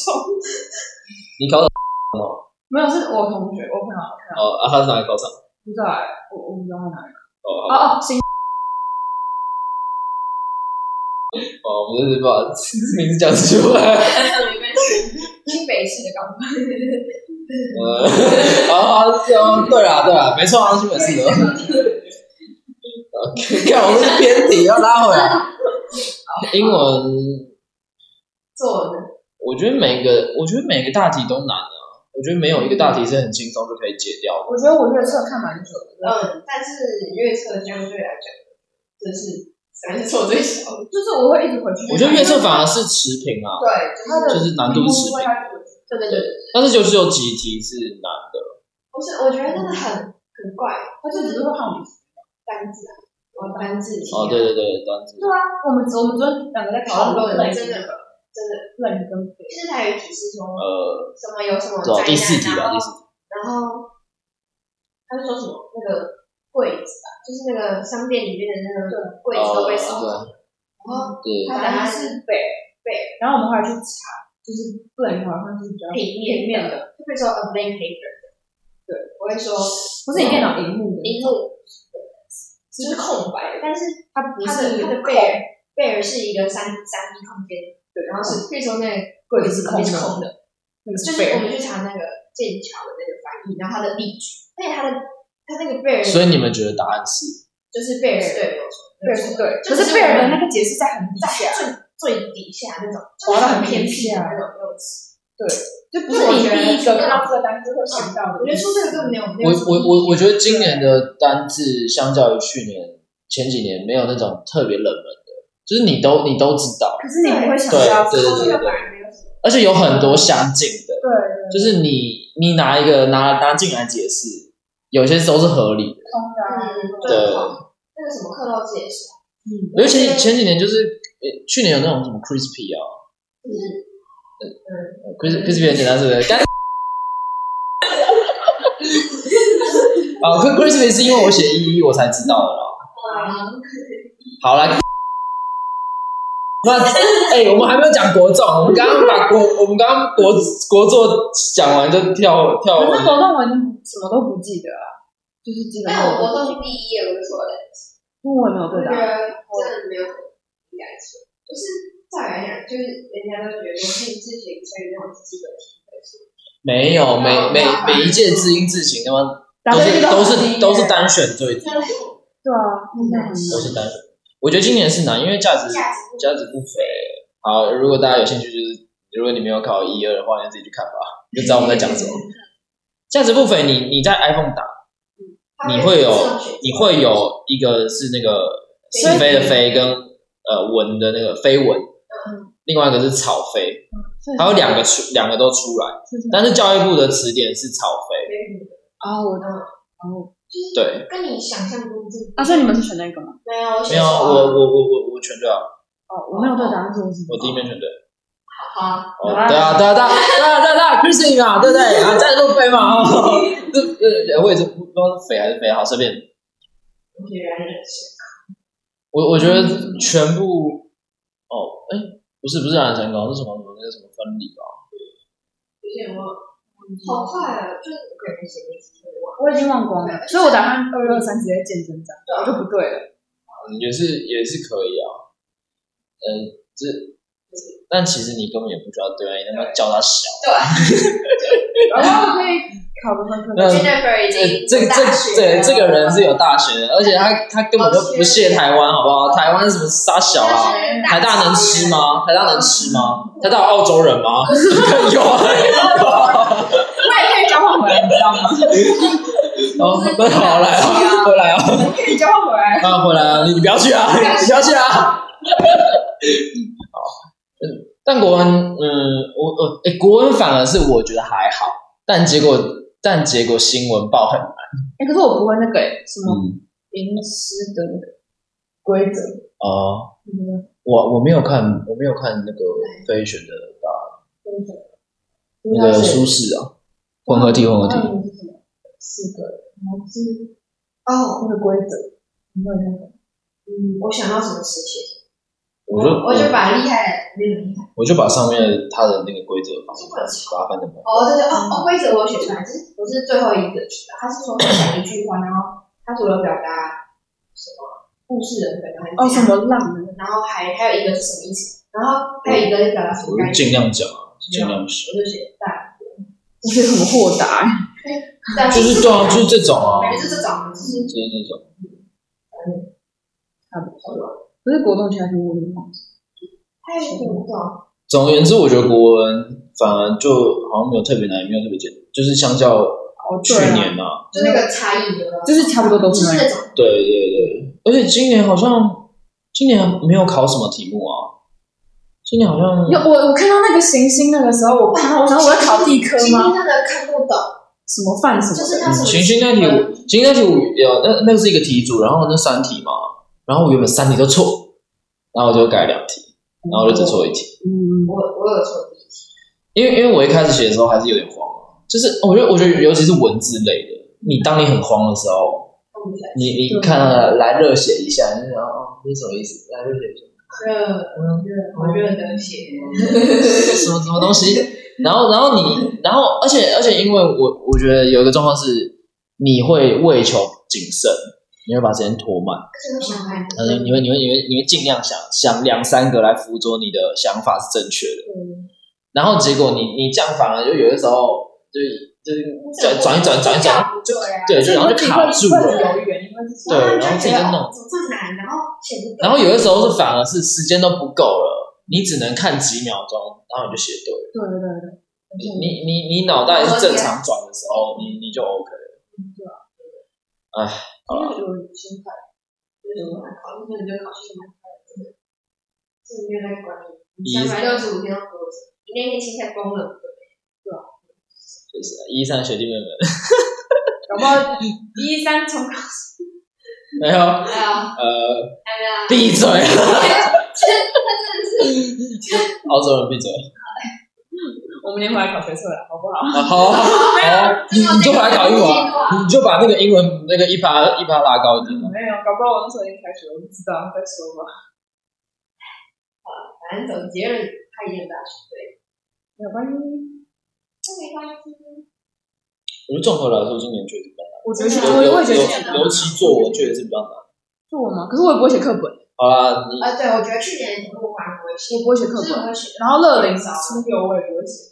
[SPEAKER 2] 你考场
[SPEAKER 1] 没有，是我同学，我朋友看到，
[SPEAKER 2] 哦，啊，他是哪个考场？
[SPEAKER 1] 不知道哎，我我不知道他哪里。
[SPEAKER 2] 哦，
[SPEAKER 1] 哦
[SPEAKER 2] 好吧，
[SPEAKER 1] 哦，新
[SPEAKER 2] 哦，我们就是把名字讲出来。 *laughs*
[SPEAKER 3] 新北市的高中，
[SPEAKER 2] 呃，啊，是哦，对啦，对啦，没错啊，是本是的。看我们是偏题，要拉回来。英文
[SPEAKER 3] 作文
[SPEAKER 2] 我觉得每个，我觉得每个大题都难啊。我觉得没有一个大题是很轻松就可以解掉的。
[SPEAKER 1] 我觉得我月测看蛮久的，
[SPEAKER 3] 嗯，但是月测相对来讲，就是算是错最少的。
[SPEAKER 1] 就是我会一直回去看。
[SPEAKER 2] 我觉得月测反而是持平啊，
[SPEAKER 3] 对，
[SPEAKER 1] 它的
[SPEAKER 2] 就是难度是持平，
[SPEAKER 3] 对对对，
[SPEAKER 2] 但是就是有几题是难的。
[SPEAKER 3] 不是，我觉得真的很很怪，
[SPEAKER 1] 它就只是会看我们。
[SPEAKER 3] 单字啊，玩单字题啊
[SPEAKER 2] 哦，对对对，单字
[SPEAKER 1] 对啊，我们昨我们昨天两个在讨
[SPEAKER 3] 讨
[SPEAKER 1] 论
[SPEAKER 3] 论
[SPEAKER 1] 类
[SPEAKER 3] 真
[SPEAKER 1] 似
[SPEAKER 3] 的真的认跟别人，就是它有提示说
[SPEAKER 2] 呃，
[SPEAKER 3] 什么有什么
[SPEAKER 2] 对
[SPEAKER 3] 灾
[SPEAKER 2] 吧？第四题
[SPEAKER 3] 难，然啊后
[SPEAKER 2] 吧，第四题。
[SPEAKER 3] 然后他们说什么那个柜子吧，就是那个商店里面的那个柜子
[SPEAKER 1] 哦
[SPEAKER 3] 都被烧走了，然后
[SPEAKER 2] 对，
[SPEAKER 1] 它答案是北北，然后我们后来去查，就是本好像是比较
[SPEAKER 3] 平
[SPEAKER 1] 平面
[SPEAKER 3] 面的，就会说 a blank paper 的，对，我会说
[SPEAKER 1] 不是你电脑荧幕的，
[SPEAKER 3] 荧幕就是空白的，但是
[SPEAKER 1] 它不
[SPEAKER 3] 它的
[SPEAKER 1] 是
[SPEAKER 3] 它的贝尔贝尔是一个三三 D 空间，对，然后
[SPEAKER 1] 哦
[SPEAKER 3] 是可以说那个
[SPEAKER 1] 柜子是
[SPEAKER 3] 里
[SPEAKER 1] 空
[SPEAKER 3] 面
[SPEAKER 1] 的
[SPEAKER 3] 是空的，
[SPEAKER 1] 那个
[SPEAKER 3] 就是
[SPEAKER 1] 贝
[SPEAKER 3] 我
[SPEAKER 1] 尔，
[SPEAKER 3] 们去查那个剑桥的那个翻译，然后它的例句，而且它的它那个贝尔
[SPEAKER 2] 所以你们觉得答案是？
[SPEAKER 3] 就是贝尔是对没有错，
[SPEAKER 1] 贝尔是对，
[SPEAKER 3] 就
[SPEAKER 1] 可
[SPEAKER 3] 是
[SPEAKER 1] 是贝尔的那个解释在很底
[SPEAKER 3] 在
[SPEAKER 1] 下，
[SPEAKER 3] 最最底下那种，
[SPEAKER 1] 滑
[SPEAKER 3] 到
[SPEAKER 1] 到很
[SPEAKER 3] 偏
[SPEAKER 1] 偏
[SPEAKER 3] 僻
[SPEAKER 1] 僻
[SPEAKER 3] 的那
[SPEAKER 1] 的那
[SPEAKER 3] 种用词。
[SPEAKER 1] 就不是你第一个看到这个单词会想到的。
[SPEAKER 3] 我觉得说这个根本没有没有
[SPEAKER 2] 我
[SPEAKER 3] 什么意义。
[SPEAKER 2] 我我我觉得今年的单字相较于去年前几年没有那种特别冷门的，就是你都你都知道，
[SPEAKER 1] 可是你不会想到，
[SPEAKER 2] 对对对
[SPEAKER 1] 这个
[SPEAKER 2] 对
[SPEAKER 1] 本来没有什么。
[SPEAKER 2] 而且有很多相近的，
[SPEAKER 1] 对对，
[SPEAKER 2] 就是你你拿一个拿拿进来解释，有些都是合理的。
[SPEAKER 1] 通的啊，
[SPEAKER 3] 嗯，
[SPEAKER 2] 对
[SPEAKER 3] 对，那个什么克洛兹也是，
[SPEAKER 1] 嗯，
[SPEAKER 2] 尤其前前几年就是呃去年有那种什么 crispy 啊
[SPEAKER 3] 就是
[SPEAKER 2] 呃，cris crispy 很简单是不是？但 *laughs* 啊，cris crispy 是因为我写一一我才知道的啦。
[SPEAKER 3] 啊，
[SPEAKER 2] 好啦，那哎、我们还没有讲国中，我们刚刚把国我们刚刚国国作讲完就跳跳
[SPEAKER 1] 可是活动文什么都不记得啊，就是基本
[SPEAKER 3] 但
[SPEAKER 1] 上
[SPEAKER 3] 我国中第一页我就说了，
[SPEAKER 1] 因为我也没有
[SPEAKER 3] 我
[SPEAKER 1] 对
[SPEAKER 3] 觉
[SPEAKER 1] 答，
[SPEAKER 3] 得真的没有什么应该说，就是照理来讲，就是人家都觉得说自己自己所以那种基本题的是，
[SPEAKER 2] 没有每每每一届字音字形他妈
[SPEAKER 1] 答
[SPEAKER 2] 都是
[SPEAKER 1] 对率
[SPEAKER 2] 都
[SPEAKER 1] 很低
[SPEAKER 2] 是
[SPEAKER 1] 耶
[SPEAKER 2] 都是单选对题，
[SPEAKER 3] 真的很
[SPEAKER 1] 对啊，真的很
[SPEAKER 2] 都是单选。我觉得今年是难，因为价值
[SPEAKER 3] 价值不
[SPEAKER 2] 价值不菲。好，如果大家有兴趣，就是如果你没有考一二的话，你自己去看吧，就知道我们在讲什么。价值不菲，你你在 iPhone 打，你会有你会有一个是那个
[SPEAKER 3] 所以
[SPEAKER 2] 是非的非跟呃文的那个非文，另外一个是草非，
[SPEAKER 1] 难。
[SPEAKER 2] 还有两个出两个都出来，
[SPEAKER 1] 是是
[SPEAKER 2] 但是教育部的词典是草非，
[SPEAKER 1] 啊，我的哦，
[SPEAKER 2] 对。
[SPEAKER 3] 跟你想象中是
[SPEAKER 1] 啊，所以你们是选那个吗？
[SPEAKER 3] 没有我
[SPEAKER 2] 没有，我我我我我全对啊，
[SPEAKER 1] 哦，我没有对答案，是我是
[SPEAKER 2] 我第一面全对。
[SPEAKER 3] 好
[SPEAKER 2] 哦，对啊，对啊，对啊，对啊，对啊，对啊 c h r i s t i n 嘛，对不对？啊，战斗飞嘛，哦，这呃，我也是不知道是肥还是肥，好，随便。
[SPEAKER 3] 女人也是，
[SPEAKER 2] 我我觉得全部，哦，哎，不是不是冉成功，是什么什么那个什么分离啊？
[SPEAKER 3] 有点忘了，好快啊，就是我个人写的题我忘了，
[SPEAKER 1] 我已经忘光了，所以我打算二六三直接见真章，我就不对啊了。
[SPEAKER 2] 嗯也是也是可以啊，嗯，这，但其实你根本也不需要对啊，你他妈叫他小。
[SPEAKER 1] 然后可以考个分科
[SPEAKER 2] 那
[SPEAKER 1] 的，
[SPEAKER 3] Jennifer 已
[SPEAKER 2] 这
[SPEAKER 3] 经
[SPEAKER 2] 嗯呃这
[SPEAKER 3] 大学啊
[SPEAKER 2] 这对
[SPEAKER 3] 了
[SPEAKER 2] 这个人是有大学的，而且他他根本就不
[SPEAKER 3] 哦
[SPEAKER 2] 屑台湾，好不好？台湾什么沙小啊？台大能吃？吗？台大能吃吗？台大有澳洲人 *laughs* 吗？有啊，
[SPEAKER 1] 那也可以交换回来，你知道 *laughs* 吗？
[SPEAKER 2] 哦，那好来啊，回来啊，
[SPEAKER 1] 可以交换回来。
[SPEAKER 2] 那回来啊，你你不要去啊，你不要去啊。好，嗯，但国文，嗯，我我诶，国文反而是我觉得还好，但结果但结果新闻报很难，
[SPEAKER 1] 哎，可是我不会那个诶什么
[SPEAKER 2] 嗯，
[SPEAKER 1] 吟诗的那个规则，
[SPEAKER 2] 哦，
[SPEAKER 1] 你觉得
[SPEAKER 2] 我我没有看，我没有看那个飞选的答案
[SPEAKER 1] 规则？
[SPEAKER 2] 那个苏轼啊，混合题混合题，
[SPEAKER 1] 那个是什么？四个，然后是
[SPEAKER 3] 哦，
[SPEAKER 1] 那个规则，有没有那个？嗯，
[SPEAKER 3] 我想到什么词写？
[SPEAKER 2] 我就
[SPEAKER 3] 我就把厉害没有厉害。
[SPEAKER 2] 我就把上面他的那个规则把它翻的蛮
[SPEAKER 3] 哦，对对哦哦，规则我写出来，就是不是最后一个题吧？他是说讲一句话，然后他除了表达什么故事人本还是
[SPEAKER 1] 哦，什么浪的那个？
[SPEAKER 3] 然后还还有一个是什么意思？然后还有一个是表达什么
[SPEAKER 2] 我
[SPEAKER 3] 感
[SPEAKER 2] 就
[SPEAKER 3] 觉？
[SPEAKER 2] 尽量讲啊，尽
[SPEAKER 3] 我
[SPEAKER 2] 量写，
[SPEAKER 3] 就写大，
[SPEAKER 1] 我觉得很豁达欸。
[SPEAKER 3] 但
[SPEAKER 2] 就是对啊，就是这种啊，
[SPEAKER 3] 感觉
[SPEAKER 2] 就是
[SPEAKER 3] 是这种，就是
[SPEAKER 2] 这种。
[SPEAKER 1] 差不多。可是国中其他全部都忘记。
[SPEAKER 3] 还有一个不懂，
[SPEAKER 2] 总而言之，我觉得国文反而就好像没有特别难，也没有特别简单，就是相较
[SPEAKER 1] 哦，
[SPEAKER 2] 去
[SPEAKER 1] 对啊，
[SPEAKER 2] 年啊，
[SPEAKER 3] 就那个差异有没有？
[SPEAKER 1] 就是差不多都
[SPEAKER 3] 就是是
[SPEAKER 1] 那样。
[SPEAKER 3] 那种
[SPEAKER 2] 对对对，而且今年好像今年没有考什么题目啊，今年好像
[SPEAKER 1] 有我我看到那个行星那个时候，我看到我想说我要考地科
[SPEAKER 3] 今天
[SPEAKER 1] 吗？
[SPEAKER 3] 真的看不懂，
[SPEAKER 1] 什么饭什么
[SPEAKER 3] 就是
[SPEAKER 1] 的？
[SPEAKER 3] 他什么
[SPEAKER 2] 行星那题，行星那题我有那那个是一个题组，然后那三题嘛，然后我原本三题都错，然后我就改两题。然后我就只错一题。
[SPEAKER 1] 嗯，
[SPEAKER 3] 我我有错第一题，
[SPEAKER 2] 因为因为我一开始写的时候还是有点慌啊，就是我觉得我觉得尤其是文字类的，你当你很慌的时候，
[SPEAKER 3] 我不喜欢
[SPEAKER 2] 你你
[SPEAKER 1] 对
[SPEAKER 2] 看到了来热血一下，你就想哦这是什么意思？来热血一下，
[SPEAKER 1] 热
[SPEAKER 2] 嗯，
[SPEAKER 1] 热我热得血，
[SPEAKER 2] 什么什么东西？然后然后你然后而且而且因为我我觉得有一个状况是你会为求谨慎，你会把时间拖慢。
[SPEAKER 3] 而且我想看
[SPEAKER 2] 呃，你会你会你会你会尽量想想两三个来辅佐你的想法是正确的，
[SPEAKER 3] 嗯
[SPEAKER 2] 然后结果你你这样反而就有的时候就就是转转一转转一转，
[SPEAKER 3] 不对啊，
[SPEAKER 2] 对，就然后就卡住了，
[SPEAKER 1] 有缘，因为是
[SPEAKER 2] 对然后自己就弄
[SPEAKER 3] 哦怎么这么难，然后写不对，
[SPEAKER 2] 然后有的时候是反而是时间都不够了，你只能看几秒钟，然后你就写对了，
[SPEAKER 1] 对对对，
[SPEAKER 2] 你
[SPEAKER 1] 嗯
[SPEAKER 2] 你你你脑袋是正常转的时候，你你就 OK 了，好
[SPEAKER 1] 因
[SPEAKER 2] 了
[SPEAKER 1] 为有心态，
[SPEAKER 3] 就是我还考虑真的就考试蛮快的，真的，真的没有在管
[SPEAKER 2] 一
[SPEAKER 3] 你，三百六十五天都活着，你那天心态崩了，
[SPEAKER 2] 就是啊一三学弟妹们， *laughs*
[SPEAKER 1] 搞不好一三重考试，
[SPEAKER 2] 没有
[SPEAKER 3] 还有啊
[SPEAKER 2] 呃
[SPEAKER 3] 还有啊，
[SPEAKER 2] 闭嘴，
[SPEAKER 3] 真的是
[SPEAKER 2] *laughs* 澳洲人闭嘴，
[SPEAKER 1] 我们连回来考学测了，好不好？
[SPEAKER 2] 啊好好好，
[SPEAKER 1] *laughs*
[SPEAKER 2] 你你就回来考英文啊。你就把那个英文那个一趴一趴拉高一点嘛。
[SPEAKER 1] 没有，搞不好我那时候已经开学，我不知道再说吧，
[SPEAKER 3] 反正总结论，他一定有大学对，
[SPEAKER 1] 没有关系。
[SPEAKER 3] 这没关系，
[SPEAKER 2] 我觉得综合来说，今年确实比较
[SPEAKER 1] 我觉得
[SPEAKER 3] 真的
[SPEAKER 1] 是，
[SPEAKER 2] 难，
[SPEAKER 1] 我也
[SPEAKER 2] 尤
[SPEAKER 1] 会觉
[SPEAKER 2] 尤
[SPEAKER 1] 得
[SPEAKER 2] 尤尤其
[SPEAKER 1] 是这样
[SPEAKER 2] 作文确实是比较难。
[SPEAKER 1] 作文吗？可是我也不会写课本，
[SPEAKER 2] 好啦，你
[SPEAKER 3] 啊，对，我觉得去年我玩我也是
[SPEAKER 1] 我不会写课
[SPEAKER 3] 就是
[SPEAKER 1] 本。
[SPEAKER 3] 我写，
[SPEAKER 1] 然后乐龄出游我也不会写，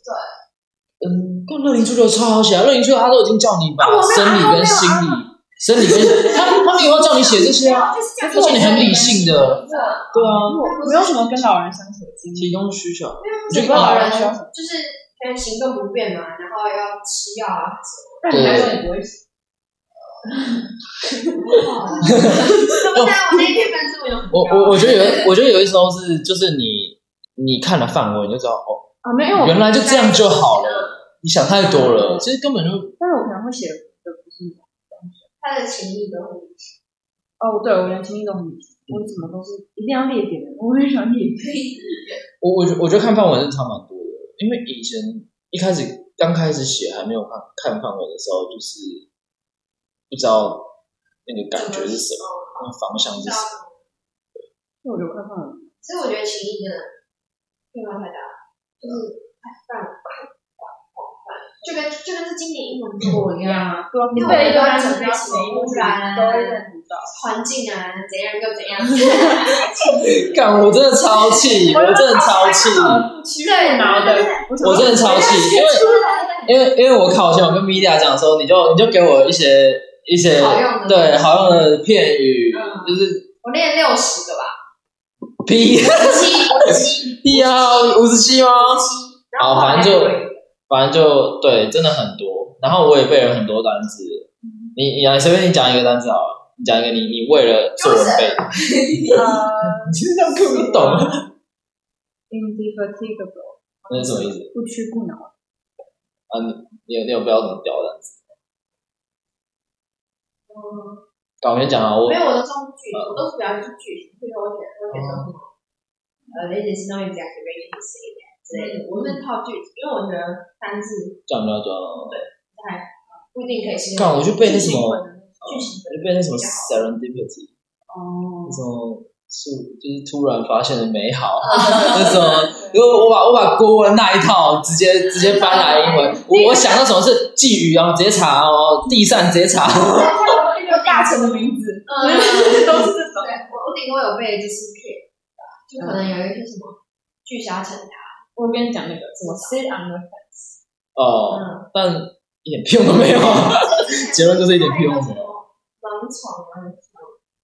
[SPEAKER 2] 嗯，看乐龄出球超好写啊，乐龄出球他都已经叫你把
[SPEAKER 1] 啊我没有
[SPEAKER 2] 生理跟
[SPEAKER 1] 啊
[SPEAKER 2] 心理、生理跟他他们也要叫你写这些啊。
[SPEAKER 3] 就是
[SPEAKER 2] 而且你很理性的，对啊，
[SPEAKER 1] 我没有什么跟老人相处的经
[SPEAKER 2] 提
[SPEAKER 1] 历。
[SPEAKER 2] 供需求。
[SPEAKER 3] 就
[SPEAKER 1] 你
[SPEAKER 3] 是
[SPEAKER 1] 不好
[SPEAKER 3] 老
[SPEAKER 1] 好
[SPEAKER 3] 人
[SPEAKER 1] 说
[SPEAKER 3] 就是可能行动不便嘛，然后要吃药啊
[SPEAKER 1] 但你还说你不会写，
[SPEAKER 3] 什么的。不然我那天分数有很
[SPEAKER 2] 我
[SPEAKER 3] 高
[SPEAKER 2] 我我觉得有，我觉得有的时候是就是你你看了范围你就知道哦，
[SPEAKER 1] 啊，没有，
[SPEAKER 2] 原来就这样就好了。你想太多
[SPEAKER 1] 嗯
[SPEAKER 2] 了，其实根本就
[SPEAKER 1] 但是我可能会写的不是
[SPEAKER 3] 他的情谊都很
[SPEAKER 1] 哦，对，我连听一种，我什么都是一定要列点的，我很喜欢列点。
[SPEAKER 2] 我我觉我觉得看范文是差蛮多的，因为以前一开始刚开始写还没有看看范文的时候，就是不知道那个感觉是什么，
[SPEAKER 3] 么？
[SPEAKER 2] 那个方向是什么。
[SPEAKER 3] 所
[SPEAKER 1] 所以我就看看了，
[SPEAKER 3] 以我觉得情谊真的变化太大了，就是太泛泛就跟就跟是今年英文作文一样，
[SPEAKER 1] 啊，对啊，
[SPEAKER 3] 因为
[SPEAKER 1] 背一个
[SPEAKER 3] 我
[SPEAKER 1] 单
[SPEAKER 3] 要
[SPEAKER 1] 词
[SPEAKER 3] 准
[SPEAKER 1] 不
[SPEAKER 3] 备
[SPEAKER 1] 要
[SPEAKER 3] 写
[SPEAKER 1] 写，我
[SPEAKER 3] 出来
[SPEAKER 1] 都会认不到。
[SPEAKER 3] 环境啊怎样又怎样，
[SPEAKER 2] *laughs* 干，我真的超气，我真的超气，
[SPEAKER 1] 气对脑的，
[SPEAKER 2] 我真的超气，因为
[SPEAKER 3] 出来的
[SPEAKER 2] 因为因为我考前我跟米莉亚讲的时候，你就你就给我一些一些
[SPEAKER 3] 好用的
[SPEAKER 2] 对好用的片语，
[SPEAKER 3] 嗯
[SPEAKER 2] 就是
[SPEAKER 3] 我练六十个吧，
[SPEAKER 2] 屁
[SPEAKER 3] 七我七
[SPEAKER 2] 屁啊五十七吗？
[SPEAKER 3] 七，
[SPEAKER 2] 好，反正就反正就对，真的很多。然后我也背了很多单词，
[SPEAKER 3] 嗯
[SPEAKER 2] 你你来随便你讲一个单词好了，你讲一个你你为了作文背， *laughs*
[SPEAKER 1] 呃
[SPEAKER 2] 其实这样根本不懂，啊
[SPEAKER 1] ，indefatigable，
[SPEAKER 2] 那是什么意思？
[SPEAKER 1] 不屈不挠。
[SPEAKER 2] 啊，你你有你有不要怎么屌的单词？
[SPEAKER 3] 嗯，
[SPEAKER 2] 搞我先讲啊，我
[SPEAKER 3] 没有我的重句，我都是表示句，比如我写我写说什么，呃，理解是东西讲随便你写一点之类的，我是套句，因为我觉得单字
[SPEAKER 2] 讲不要啊装了。
[SPEAKER 3] 不一定可以是
[SPEAKER 2] 干，我去背那什么，
[SPEAKER 3] 句型
[SPEAKER 2] 我去背那什么 serendipity，那，
[SPEAKER 1] 哦 *laughs*
[SPEAKER 2] 种是就是突然发现的美 *laughs* 好，那种如果我把我把国文那一套直接直接搬来 *laughs* 英文，我我想到什么是寄语啊，直接查哦，地上直接 *laughs* 查。
[SPEAKER 1] 那个大臣的名字，
[SPEAKER 3] 嗯，
[SPEAKER 1] 都是这种。
[SPEAKER 3] 对，我我顶多有背就是 K，就可能有一些什么聚沙成塔，
[SPEAKER 1] 我跟你讲那个什么 sit on the fence，
[SPEAKER 2] 哦，
[SPEAKER 3] 嗯，
[SPEAKER 2] 但一点屁用都没 *laughs* 有。结论就是一点屁用都没有。
[SPEAKER 3] 盲闯啊，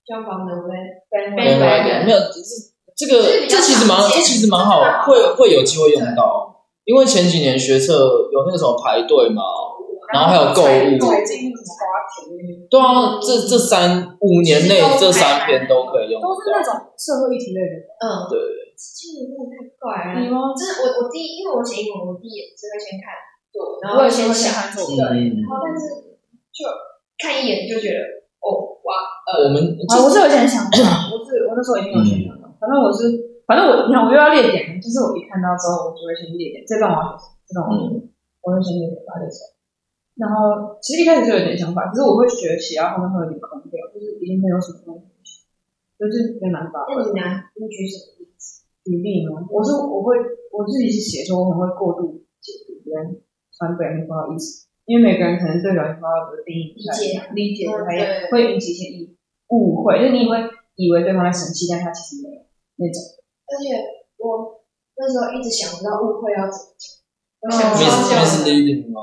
[SPEAKER 3] 消防的威，
[SPEAKER 2] 没有
[SPEAKER 1] bandwagon
[SPEAKER 2] 没有，只是这个这其实蛮这其实蛮好，会会有机会用到，因为前几年学测有那个什么排队嘛，然后还有购物，
[SPEAKER 1] 最近什么花田那个
[SPEAKER 2] 对啊，这这三五年内这三篇都可以用
[SPEAKER 1] 都是那
[SPEAKER 2] 到。
[SPEAKER 1] 种社会议题类的。
[SPEAKER 3] 嗯，
[SPEAKER 2] 对，
[SPEAKER 3] 这个真的太怪
[SPEAKER 1] 你
[SPEAKER 3] 了。
[SPEAKER 1] 吗？
[SPEAKER 3] 就是我我第一，因为我写英文，我第一眼是会先看作文，然
[SPEAKER 1] 我
[SPEAKER 3] 后
[SPEAKER 1] 也
[SPEAKER 3] 先
[SPEAKER 1] 是
[SPEAKER 3] 想，
[SPEAKER 1] 看作文
[SPEAKER 3] 对
[SPEAKER 2] 嗯
[SPEAKER 3] 然，后但是就看一眼就觉得，哦哇，
[SPEAKER 2] 我们
[SPEAKER 1] 啊啊，我是有点想法，我是我那时候已经有想法了，反正我是反正我你看我又要列点了，就是我一看到之后，我就会先列点，这段我要写，这段我要写，我会先列点，把它列出来。然后其实一开始就有点想法，可是我会学写到后面会有点空掉，就是已经没有什么东西可以写，就是比较难发挥。
[SPEAKER 3] 那你拿你举什么例子？
[SPEAKER 1] 举例吗？我是我会我自己是写说我很会过度解读别人传本很不好意思，因为每个人可能对表情包的定义不太一样理解不太一样，
[SPEAKER 3] 对
[SPEAKER 1] 会引起一些疑误会，就是你会以为对方在生气，但他其实没有那种。
[SPEAKER 3] 而且我那时候一直想不到误会要怎么讲，我
[SPEAKER 1] 哦
[SPEAKER 3] 想
[SPEAKER 1] 没
[SPEAKER 3] 超
[SPEAKER 1] 事
[SPEAKER 3] 久
[SPEAKER 1] 没
[SPEAKER 3] 的
[SPEAKER 1] 事。
[SPEAKER 2] misleading 吗？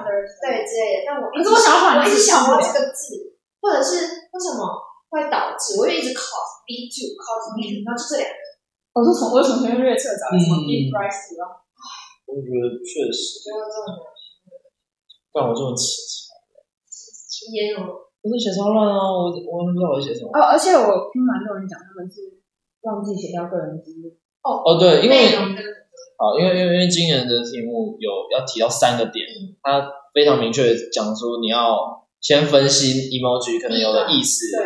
[SPEAKER 3] 对之类的，但我
[SPEAKER 1] 可是我想反
[SPEAKER 3] 我一直
[SPEAKER 1] 思
[SPEAKER 3] 想不到
[SPEAKER 1] 耶
[SPEAKER 3] 这个字，或者是为什么会导致，我就一直 cos B two cos B two，然后就这两个，
[SPEAKER 1] 我说从我从前略测找的什么 deep rice 啊，
[SPEAKER 2] 我觉得确实，
[SPEAKER 3] 就会这种
[SPEAKER 2] 但我这种奇
[SPEAKER 3] 烟哦，
[SPEAKER 2] 我是写超乱啊，我我完全不知道我在写什么。
[SPEAKER 1] 哦，而且我听蛮多人讲，他们是忘记写掉个人经历，
[SPEAKER 2] 哦，对，因为
[SPEAKER 3] 内容跟
[SPEAKER 2] 好，因为因为因为今年的题目有要提到三个点，它非常明确地讲出你要先分析 emoji 可能有的意思，
[SPEAKER 1] 对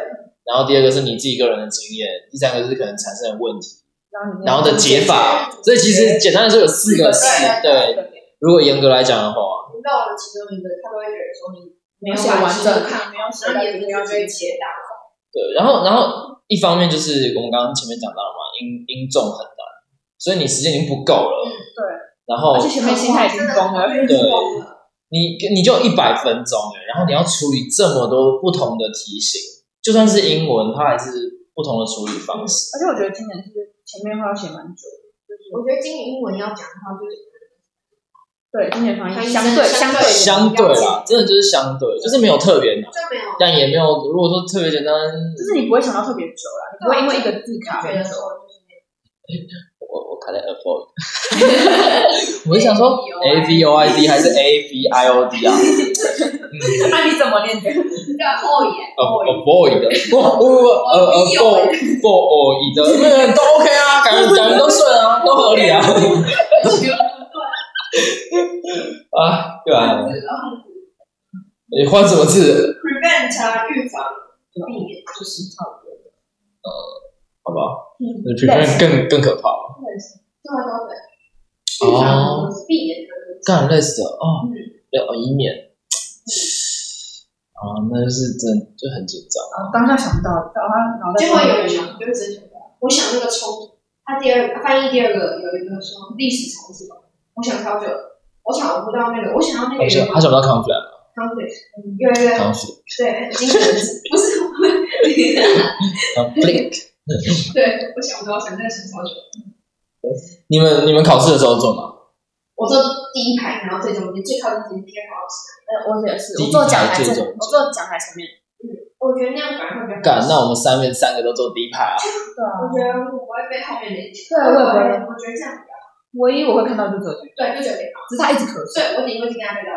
[SPEAKER 2] 然后第二个是你自己个人的经验，第三个是可能产生的问题，
[SPEAKER 1] 然后你
[SPEAKER 2] 然后的嗯解法。所以其实简单来说有四个是，对。如果严格来讲的话，
[SPEAKER 3] 你到了其中一个，他都会觉得说你
[SPEAKER 1] 没有写完整，
[SPEAKER 3] 没有
[SPEAKER 1] 写到
[SPEAKER 3] 你的
[SPEAKER 1] 底要
[SPEAKER 3] 就会解答。
[SPEAKER 2] 对，然后然后一方面就是我们刚刚前面讲到了嘛，音音重很难，所以你时间已经不够了，
[SPEAKER 1] 嗯对，
[SPEAKER 2] 然后
[SPEAKER 1] 而且前面心态已经崩了，
[SPEAKER 2] 对你你就一百分钟哎，然后你要处理这么多不同的题型，就算是英文，它还是不同的处理方式。
[SPEAKER 1] 而且我觉得今年是前面话要写蛮久的，就是
[SPEAKER 3] 我觉得今年英文要讲的话，就是
[SPEAKER 1] 对今年翻
[SPEAKER 3] 翻
[SPEAKER 1] 译
[SPEAKER 3] 译
[SPEAKER 1] 相对
[SPEAKER 3] 真的
[SPEAKER 1] 嗯相对
[SPEAKER 2] 相对
[SPEAKER 1] 比较简
[SPEAKER 2] 啦，真的就是相对，就是没有特别难，
[SPEAKER 3] 就没有
[SPEAKER 2] 但也没有如果说特别简单，
[SPEAKER 1] 就是你不会想到特别久啦，你不会因为一个字
[SPEAKER 3] 就
[SPEAKER 1] 卡
[SPEAKER 3] 觉
[SPEAKER 1] 很
[SPEAKER 3] 得
[SPEAKER 1] 久。
[SPEAKER 3] 说就是没有
[SPEAKER 2] 我我开了
[SPEAKER 1] *laughs*
[SPEAKER 2] avoid，我就想说 a v o i d 还是 a v i o d 啊？
[SPEAKER 1] *laughs*
[SPEAKER 2] 嗯
[SPEAKER 1] 那你怎么念的？ *laughs*
[SPEAKER 3] 然后也
[SPEAKER 2] 哦
[SPEAKER 1] 哦
[SPEAKER 2] avoid 不 *laughs* 不不不呃呃 for for 的，嗯都 OK *laughs* 啊，感觉感觉都顺
[SPEAKER 1] *laughs*
[SPEAKER 2] 啊，都合理啊。啊，对啊，你换什么字？
[SPEAKER 3] prevent 啊，预防、避免，
[SPEAKER 1] 就是差不多。
[SPEAKER 2] 好不好？
[SPEAKER 3] 嗯，
[SPEAKER 2] 那 prevent 更更可怕了。
[SPEAKER 3] 这么多的预
[SPEAKER 2] 哦
[SPEAKER 3] 防，避免的，
[SPEAKER 2] 干 less 的哦
[SPEAKER 3] 嗯，
[SPEAKER 2] 要以免。啊，那就是真就很紧张。
[SPEAKER 1] 然后哦当下想不到，然后脑袋
[SPEAKER 3] 就会有
[SPEAKER 2] 嗯
[SPEAKER 3] 人想，就是真想到，我想那个冲突，他第二翻译第二个有一个说历史冲突吧，我想超久了，我想不到那个，我想要那
[SPEAKER 1] 嗯
[SPEAKER 3] 个
[SPEAKER 2] 他想他想不到 conflict
[SPEAKER 3] conflict，越嗯来越
[SPEAKER 2] conflict
[SPEAKER 3] 对，精神不是
[SPEAKER 1] *laughs*
[SPEAKER 2] conflict。
[SPEAKER 3] 对，我想不到，想那个想超久，
[SPEAKER 2] 你们你们考试的时候做吗？
[SPEAKER 3] 我坐第一排，然后最中间最靠近第二排老师，
[SPEAKER 1] 呃，我也是，
[SPEAKER 2] 第一
[SPEAKER 1] 我坐讲台
[SPEAKER 2] 排最
[SPEAKER 1] 前，
[SPEAKER 2] 中
[SPEAKER 1] 我坐讲台前面。
[SPEAKER 3] 我觉得那样反而会比较
[SPEAKER 2] 干，那我们三个三个都做第一排啊。
[SPEAKER 1] 对啊
[SPEAKER 3] 我觉得我不会被后面的影响，
[SPEAKER 1] 对我也不
[SPEAKER 3] 我
[SPEAKER 1] 会
[SPEAKER 3] 觉得这样比较好，
[SPEAKER 1] 唯一我会看到就是左边，
[SPEAKER 3] 对，就觉得挺好，
[SPEAKER 1] 只是他一直咳嗽。
[SPEAKER 3] 所以我顶多就跟他对到眼，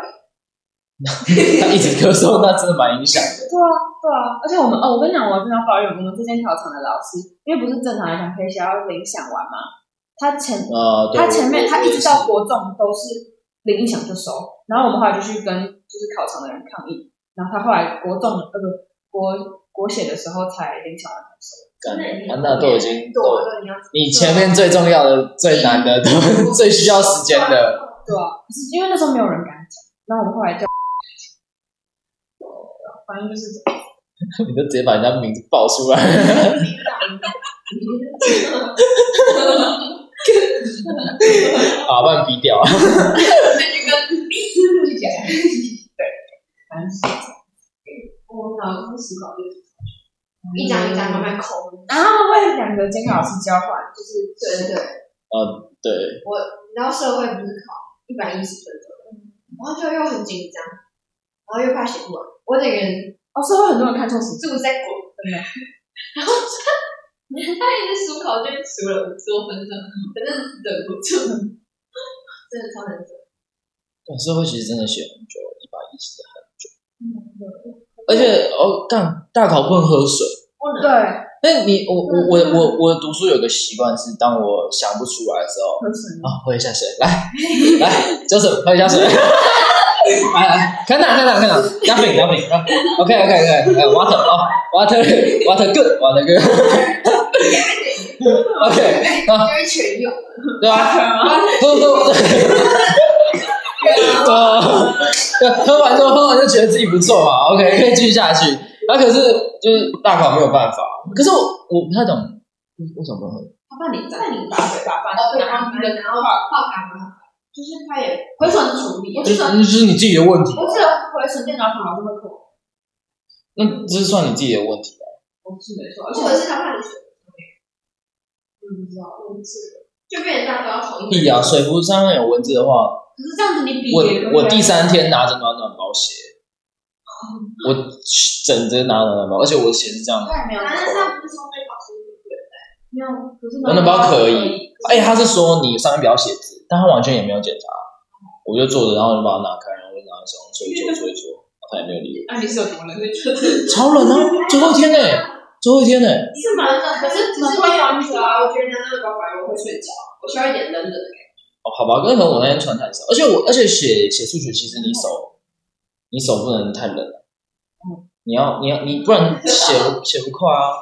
[SPEAKER 2] 他一直咳嗽，那真的蛮影响的。
[SPEAKER 1] 对啊，对啊，而且我们哦，我跟你讲，我真的要抱怨我们这间考场的老师，因为不是正常来讲可以写到铃响完嘛，他前
[SPEAKER 2] 呃，对
[SPEAKER 1] 他前
[SPEAKER 2] 我
[SPEAKER 1] 面他一直到
[SPEAKER 2] 我
[SPEAKER 1] 国中都是铃一响就收，然后我们后来就去跟就是考场的人抗议，然后他后来国中呃不国国写的时候才铃响完才收，
[SPEAKER 2] 干
[SPEAKER 3] 对
[SPEAKER 2] 啊那都已经
[SPEAKER 3] 对，
[SPEAKER 2] 都，
[SPEAKER 3] 对，你要
[SPEAKER 2] 你前面最重要的、最难的、都 *laughs* 最需要时间的，，
[SPEAKER 1] 对啊，可是因为那时候没有人敢讲，然后我们后来就，反正就是这样
[SPEAKER 2] 你就直接把人家名字报出来。好，把你逼掉啊！
[SPEAKER 1] 反正就是这样。
[SPEAKER 3] 我们老师思考就是一张一张慢慢抠。
[SPEAKER 1] 然后他们会两个监考老师交换，就是
[SPEAKER 3] 对对对，
[SPEAKER 2] 呃，对，
[SPEAKER 3] 然后社会不是考一百一十分左右，然后就又很紧张，然后又怕写不完。我整个人
[SPEAKER 1] 哦，是会很多人看错时间，
[SPEAKER 3] 肚子在滚，
[SPEAKER 1] 真的。
[SPEAKER 3] 然后他一直数考卷数了五十多分钟，反正忍不住，真的超难受。
[SPEAKER 2] 对社会其实真的写很久，一百一十。啊
[SPEAKER 1] 嗯
[SPEAKER 2] 而且哦，干大考不能喝水。
[SPEAKER 3] 不能
[SPEAKER 1] 对，
[SPEAKER 2] 那你我我我我我读书有个习惯是，当我想不出来的时候，
[SPEAKER 1] 喝水。
[SPEAKER 2] 啊，喝一下水，来来，就是喝一下水。 *laughs* 来来，看哪看哪看哪，nothing nothing。OK OK OK，water 哦，water water good water good。
[SPEAKER 3] 对
[SPEAKER 2] OK，
[SPEAKER 3] 就会全有。
[SPEAKER 2] 对啊，喝喝，对，喝完之后喝完就觉得自己不错嘛，OK，可以继续下去。那、可是就是大考没有办法，可是我我不太懂为为什么不能喝，
[SPEAKER 4] 他把你
[SPEAKER 1] 那你把把把
[SPEAKER 4] 哦，对，然
[SPEAKER 1] 拿
[SPEAKER 4] 后对，然后画卡嘛，
[SPEAKER 1] 就是他也，
[SPEAKER 4] 回程处理，我
[SPEAKER 2] 就
[SPEAKER 4] 记
[SPEAKER 2] 是
[SPEAKER 4] 得
[SPEAKER 2] 那就是你自己的问题，
[SPEAKER 4] 我记得回程电脑考这么苦，
[SPEAKER 2] 那这是算你自己的问题吧。
[SPEAKER 4] 我是没错，而
[SPEAKER 3] 而
[SPEAKER 4] 且
[SPEAKER 3] 且
[SPEAKER 4] 我
[SPEAKER 3] 我
[SPEAKER 4] 是
[SPEAKER 3] 是他判的水，
[SPEAKER 4] 不知道，我不是。
[SPEAKER 3] 就变成大家都要同意。
[SPEAKER 2] 必啊，水壶上面有文字的话，
[SPEAKER 4] 可是这样子你比也
[SPEAKER 1] 啊
[SPEAKER 2] 我我第三天拿着暖暖包写，我整着拿暖暖包，而且我的鞋是这样的，
[SPEAKER 4] 他也没有，
[SPEAKER 3] 反正他不是说被考试录对
[SPEAKER 4] 没有，可是
[SPEAKER 2] 暖暖包可以。哎、他是说你上面不要写字，但他完全也没有检查，我就坐着，然后我就把它拿开，然后我就拿在手上搓一搓，搓一搓，他也没有理我。
[SPEAKER 1] 那啊你是有多能？
[SPEAKER 2] 超冷啊！最后一天呢、最后一天呢、哦
[SPEAKER 4] 是蛮冷，
[SPEAKER 3] 可是只
[SPEAKER 4] 蛮
[SPEAKER 3] 是会防暑啊，我觉得拿那个包反而我会睡着，我需要一点冷冷的感
[SPEAKER 2] 哦，好吧，那可能我那天穿太少，而且我而且写写数学，其实你手你手不能太冷了、你要你要你不然写不写不快啊。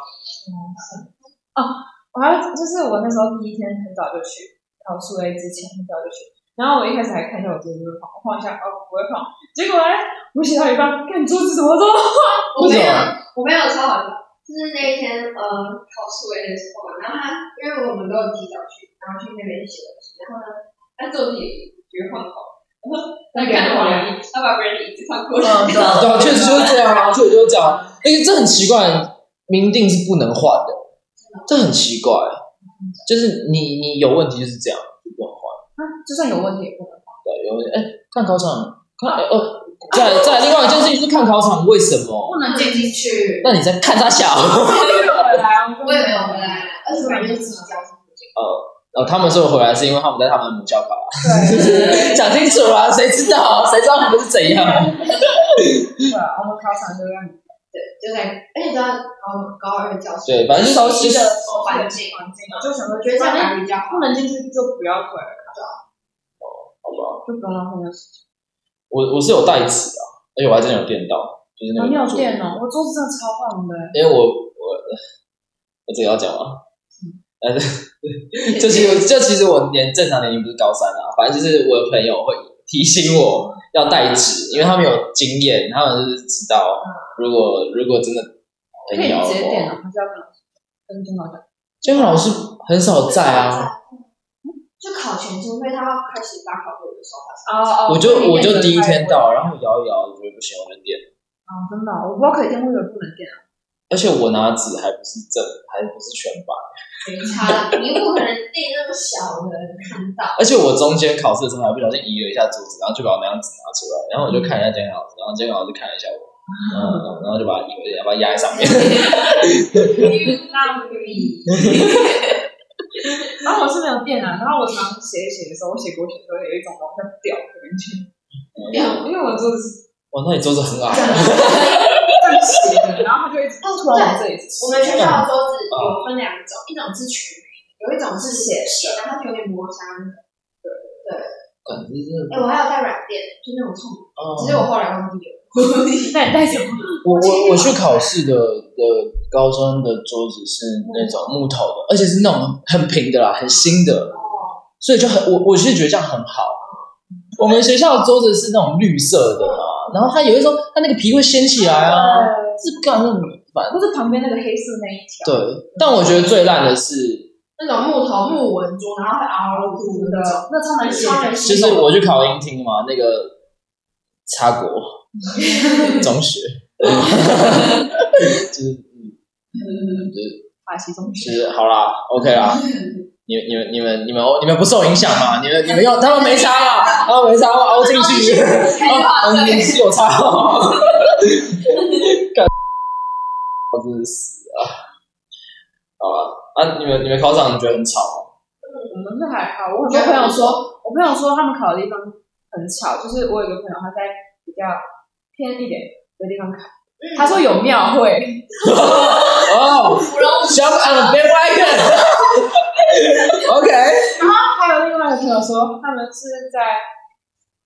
[SPEAKER 1] 我还就是我那时候第一天很早就去考数 A 之前很早就去，然后我一开始还看一下我桌子会晃，我晃一下哦不会晃，结果呢哎我写到一半，看桌子怎么这么晃，
[SPEAKER 3] 觉。我没
[SPEAKER 2] 为什
[SPEAKER 3] 有
[SPEAKER 2] 么？，
[SPEAKER 3] 我没有超好笑，就是那一天呃考数 A 的时候嘛，然后他因为我们都有提早去，然后去那边写东西，然后呢他坐自己觉得晃晃，然后他看我两眼，他把别人的椅子翻过去，
[SPEAKER 4] 嗯，对啊
[SPEAKER 2] 对啊，确实就是这样啊，确实就是这样啊。哎、这很奇怪，明定是不能换的，这很奇怪。啊就是你你有问题就是这样，就不能换。
[SPEAKER 1] 啊就算有问题也不能。
[SPEAKER 2] 对，有问题。哎、看考场，看哎哦，再再另外一件事情就是看考场为什么？
[SPEAKER 4] 不能进进去。
[SPEAKER 2] 那你在看他小？
[SPEAKER 1] 回来，
[SPEAKER 3] 我也没有回。来，而且反正就是自己交出去，
[SPEAKER 2] 呃，他们说回来是因为他们在他们的母校考啊， *laughs*
[SPEAKER 1] 对
[SPEAKER 2] 讲清楚啊，谁知道？谁知道他们是怎样？
[SPEAKER 1] 对啊，我们考场就让你
[SPEAKER 3] 对，就在而且知道高高二教室
[SPEAKER 2] 对，反正就是
[SPEAKER 1] 熟悉的
[SPEAKER 3] 环境，
[SPEAKER 1] 环境，就想说
[SPEAKER 3] 我觉得这样反而比较好。
[SPEAKER 1] 不能进去就不要回来，
[SPEAKER 2] 好吧，
[SPEAKER 1] 就不用浪费那时间。
[SPEAKER 2] 我我是有带纸啊，而且我还真的有电到，就是那个，
[SPEAKER 1] 我没有电哦，我桌子真的超晃的。欸
[SPEAKER 2] 因为我我我这个要讲吗？
[SPEAKER 1] 嗯
[SPEAKER 2] 但是就其实就其实我年正常年龄不是高三啊，反正就是我的朋友会提醒我要带纸，因为他们有经验，他们就是知道如果如果真的
[SPEAKER 1] 嗯可
[SPEAKER 2] 很
[SPEAKER 1] 以
[SPEAKER 2] 摇
[SPEAKER 1] 直接点
[SPEAKER 2] 晃，
[SPEAKER 1] 啊，还是要跟老师跟跟老师？
[SPEAKER 2] 监考老师很少在啊。，
[SPEAKER 3] 就考前就会他要开始打考卷的时候，
[SPEAKER 1] 哦哦
[SPEAKER 2] 我就我就第一天到，然后摇一摇，我觉得不行，我就点。
[SPEAKER 1] 啊，真的，我不知道可以电，我以为不能电啊。
[SPEAKER 2] 而且我拿纸还不是正，还不是全白，
[SPEAKER 3] 没
[SPEAKER 1] 啊
[SPEAKER 3] 差，你不可能定那么小的看
[SPEAKER 2] *laughs*
[SPEAKER 3] 到。
[SPEAKER 2] 而且我中间考试的时候还不小心移了一下桌子，然后就把我那张纸拿出来，然后我就看一下监考老师，然后监考老师看了一下我，嗯，然后就把它移回去，把它压在上面。 *laughs*
[SPEAKER 3] You love me，
[SPEAKER 1] 然后我是没有电啊，然后我常写一写的时候，我写国写的时候有一种往下掉的感觉，因为我桌子是
[SPEAKER 2] 哇，那你桌子很矮，
[SPEAKER 1] 这样斜的，然后它就一直突然往这里。
[SPEAKER 3] 我们学校的桌子有分两种，一种是全黑，有一种是写实，然后它有点磨砂那种。
[SPEAKER 2] 感觉是，
[SPEAKER 3] 哎，我还有带软垫，就那种冲，只是
[SPEAKER 2] 嗯，
[SPEAKER 3] 我后来忘记了。
[SPEAKER 1] 那你带什么？
[SPEAKER 2] 我我我去考试的的高中的桌子是那种木头的，而且是那种很平的啦，很新的。
[SPEAKER 3] 哦，
[SPEAKER 2] 所以就很我我是觉得这样很好。我们学校的桌子是那种绿色的嘛，然后它有的时候它那个皮会掀起来啊，是不干那么烦。
[SPEAKER 1] 不是旁边那个黑色那一条，
[SPEAKER 2] 对，但我觉得最烂的是，
[SPEAKER 3] 那种木头木纹桌，然后会凹凸
[SPEAKER 1] 真
[SPEAKER 3] 的
[SPEAKER 1] 的
[SPEAKER 3] 那种。，
[SPEAKER 1] 那超难写的。
[SPEAKER 3] 超人
[SPEAKER 2] 就是我去考音听嘛，那个插国中学， *laughs* 就是嗯
[SPEAKER 1] 法西啊中学
[SPEAKER 2] 就，是好啦，OK 啦。你们、你们、你们、你们、你们不受影响嘛？你们、你们用他们没差嘛？他们没差嘛，凹进去。啊，嗯你是有差哦。干，我真是死啊！好吧，啊，你们你们考场你觉得很吵吗？
[SPEAKER 1] 我们那还好。我很多朋友说，我朋友说他们考的地方很巧，就是我有一个朋友他在比较偏一点的地方考，他说有庙会，
[SPEAKER 2] 哦，jump on the bandwagon。OK， *laughs*
[SPEAKER 1] 还有另外一个朋友说他们是在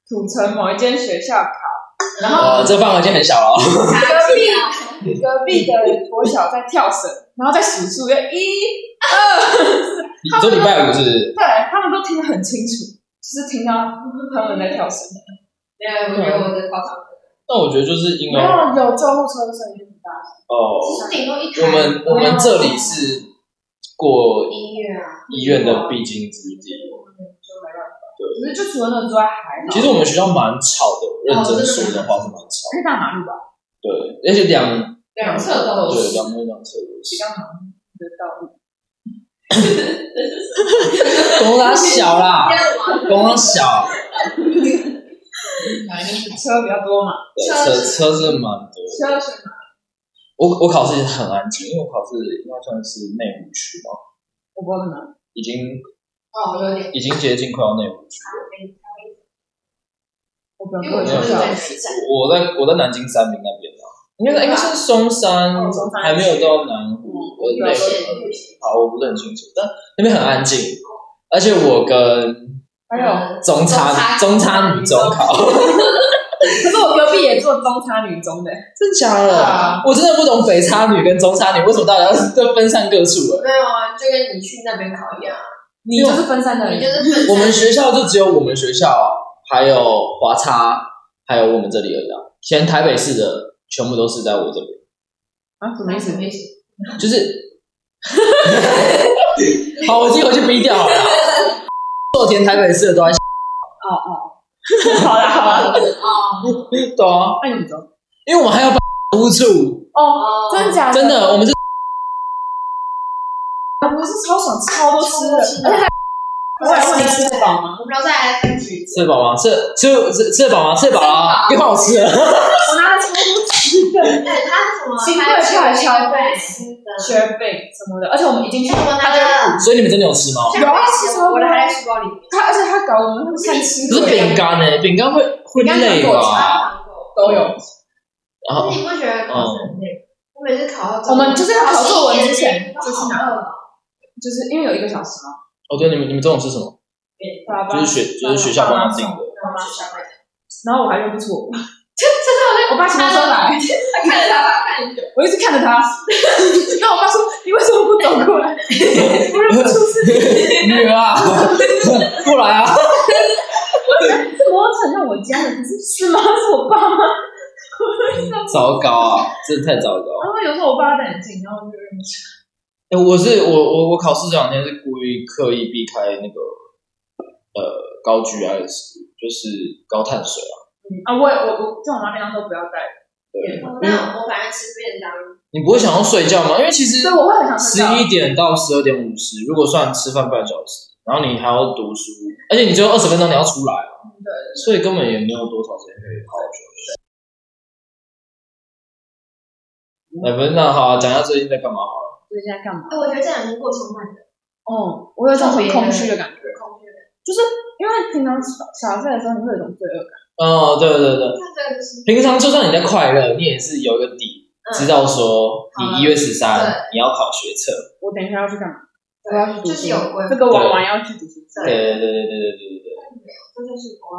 [SPEAKER 1] 土城某一间学校考，
[SPEAKER 4] 然
[SPEAKER 2] 呃，
[SPEAKER 4] 后
[SPEAKER 2] 这范围已经很小了哦。
[SPEAKER 1] 隔壁 *laughs* 隔壁的国小在跳绳，然后在数数，就一，
[SPEAKER 2] 你说礼拜五是不是？
[SPEAKER 1] 对他们都听得很清楚，就是听到他们在跳绳。
[SPEAKER 3] 没有，我觉得我的考场
[SPEAKER 2] 那我觉得就是因为
[SPEAKER 1] 没有
[SPEAKER 2] 哦，
[SPEAKER 1] 有救护车的声音很大声，
[SPEAKER 4] 就是顶多一台
[SPEAKER 2] 我们我们这里是过
[SPEAKER 3] 音乐啊，
[SPEAKER 2] 医院的必经之地。
[SPEAKER 1] 就没办法。可是就除了那个之外还好。
[SPEAKER 2] 其实我们学校蛮吵的，认哦真说的话是蛮吵的。
[SPEAKER 1] 是大马路吧，
[SPEAKER 2] 对，而且两
[SPEAKER 3] 两侧都有
[SPEAKER 2] 对
[SPEAKER 3] 树，
[SPEAKER 2] 两边两侧都
[SPEAKER 1] 比
[SPEAKER 2] 是。
[SPEAKER 1] 较忙的道路。
[SPEAKER 2] 公拉小啦，公拉小，
[SPEAKER 1] 哪一边车比较多嘛？
[SPEAKER 2] 对，车车是蛮多的。
[SPEAKER 1] 车是哪？
[SPEAKER 2] 我我考试也很安静，因为我考试应该算是内湖区嘛，
[SPEAKER 1] 我不知道在哪。
[SPEAKER 2] 已经
[SPEAKER 3] 哦，有点
[SPEAKER 2] 已经接近快要内湖区。
[SPEAKER 1] 我不知道。
[SPEAKER 3] 因为我
[SPEAKER 2] 觉得
[SPEAKER 3] 在
[SPEAKER 4] 区在
[SPEAKER 2] 我我在我在南京三明那边啊，应该应该是松山
[SPEAKER 1] 哦松，山
[SPEAKER 2] 还没有到南湖，我
[SPEAKER 1] 我
[SPEAKER 2] 那
[SPEAKER 1] 了
[SPEAKER 2] 个
[SPEAKER 1] 解
[SPEAKER 2] 好，我不是很清楚，但那边很安静，而且我跟
[SPEAKER 1] 还有，
[SPEAKER 2] 中差
[SPEAKER 4] 中
[SPEAKER 2] 中差女中考，
[SPEAKER 1] 可是我隔壁也做中差女中的，
[SPEAKER 2] 真假的
[SPEAKER 1] 啊？
[SPEAKER 2] 我真的不懂北差女跟中差女为什么大家都分散各处了。
[SPEAKER 3] 没有啊，就跟你去那边考一样啊，
[SPEAKER 1] 你就是分散的
[SPEAKER 4] 你
[SPEAKER 1] 人
[SPEAKER 4] 就。是分散
[SPEAKER 2] 我们学校就只有我们学校，还有华差，还有我们这里而已啊。全台北市的全部都是在我这边，
[SPEAKER 1] 啊，什么意思？
[SPEAKER 3] 没事，
[SPEAKER 2] 就是 *laughs* 好，我自己回去逼掉好了啊。做田台北市的都在
[SPEAKER 1] 哦哦， *laughs* 好啦好啦，
[SPEAKER 4] 哦，
[SPEAKER 2] *laughs* 对啊，
[SPEAKER 1] 那你们走。
[SPEAKER 2] 因为我们还要把屋处，
[SPEAKER 1] 哦，真假
[SPEAKER 2] 真的，我 *laughs* 们是
[SPEAKER 1] 我们是超爽，超多吃的，
[SPEAKER 4] 超多
[SPEAKER 1] 而且还我还问你吃得饱吗？
[SPEAKER 4] 我们要再来分局，
[SPEAKER 2] 吃得饱吗？吃吃吃吃得饱吗？吃得饱啊！别管我吃了。
[SPEAKER 1] 我拿了超多吃的，
[SPEAKER 4] 对，他什么
[SPEAKER 1] 新贵
[SPEAKER 4] 还
[SPEAKER 1] 派
[SPEAKER 4] 有
[SPEAKER 1] 消费
[SPEAKER 4] 吃的，
[SPEAKER 1] 雪饼什么的，而且我们一进去，
[SPEAKER 4] 哎我拿
[SPEAKER 1] 他就
[SPEAKER 4] 了
[SPEAKER 2] 所以你们真的有吃吗？
[SPEAKER 1] 有啊是超多
[SPEAKER 4] 我的还在书包里面，
[SPEAKER 1] 他，而且他搞我们看吃
[SPEAKER 2] 可是
[SPEAKER 1] 鬼
[SPEAKER 2] 饼干欸呢？饼干会会
[SPEAKER 1] 饼干
[SPEAKER 2] 累
[SPEAKER 1] 糖果
[SPEAKER 2] 吧？啊
[SPEAKER 1] 茶都有。
[SPEAKER 2] 然
[SPEAKER 4] 可
[SPEAKER 2] 后
[SPEAKER 4] 是你不觉得考试很
[SPEAKER 2] 嗯
[SPEAKER 4] 累？我每次考到
[SPEAKER 1] 我们就是要考作文之前
[SPEAKER 4] 就
[SPEAKER 1] 就去拿，哦就是因为有一个小时嘛，
[SPEAKER 2] 哦，对，你们你们中午吃什么？
[SPEAKER 1] 爸爸
[SPEAKER 2] 就是学就是学校帮忙订的。
[SPEAKER 1] 爸妈送然后我还认不出我爸， *laughs* 我爸什么
[SPEAKER 4] 他
[SPEAKER 1] 时候来？
[SPEAKER 4] 他看着他，他看着
[SPEAKER 1] 我一直看着他， *laughs* 然后我爸说：“你为什么不走过来？ *laughs* 我认不出是你，
[SPEAKER 2] 女儿啊， *laughs* 过来啊！
[SPEAKER 1] 这摩托车像我家的，可是是吗？是我爸吗？”
[SPEAKER 2] *laughs* 糟糕啊，真的太糟糕了。
[SPEAKER 1] 然后有时候我爸戴眼镜，然后我就认不出。
[SPEAKER 2] 哎、我是我我我考试这两天是故意刻意避开那个呃高 GI 的食物，就是高碳水啊。
[SPEAKER 1] 啊，我也我我叫我妈平常都不要戴，
[SPEAKER 2] 对，
[SPEAKER 4] 我。那我反正吃便当，
[SPEAKER 2] 你不会想要睡觉吗？因为其实
[SPEAKER 1] 所以我会很想
[SPEAKER 2] 十
[SPEAKER 1] 知道
[SPEAKER 2] 一点到十二点五十，如果算吃饭半小时，然后你还要读书，而且你只有二十分钟你要出来啊，所以根本也没有多少时间可以好好休息。哎、不是，那好、啊，讲一下最近在干嘛好了。
[SPEAKER 1] 最近在干嘛。
[SPEAKER 4] 哎，我觉得这两天过充满的
[SPEAKER 1] 哦，我有一种很空虚的感觉，
[SPEAKER 4] 空虚的，
[SPEAKER 1] 因为平常小小睡的时候，你会有一种罪恶感。
[SPEAKER 2] 哦，对对对，
[SPEAKER 4] 那这个就是
[SPEAKER 2] 平常就算你在快乐，你也是有一个底，
[SPEAKER 1] 嗯
[SPEAKER 2] 知道说
[SPEAKER 4] 好
[SPEAKER 2] 你
[SPEAKER 4] 了
[SPEAKER 2] 一月十三你要考学测。
[SPEAKER 1] 我等一下要去干嘛？我
[SPEAKER 2] 啊
[SPEAKER 4] 对，
[SPEAKER 1] 要去读书
[SPEAKER 4] 就是有关，
[SPEAKER 1] 这个玩完要去读书。
[SPEAKER 2] 对对对对对对对对
[SPEAKER 4] 这就是我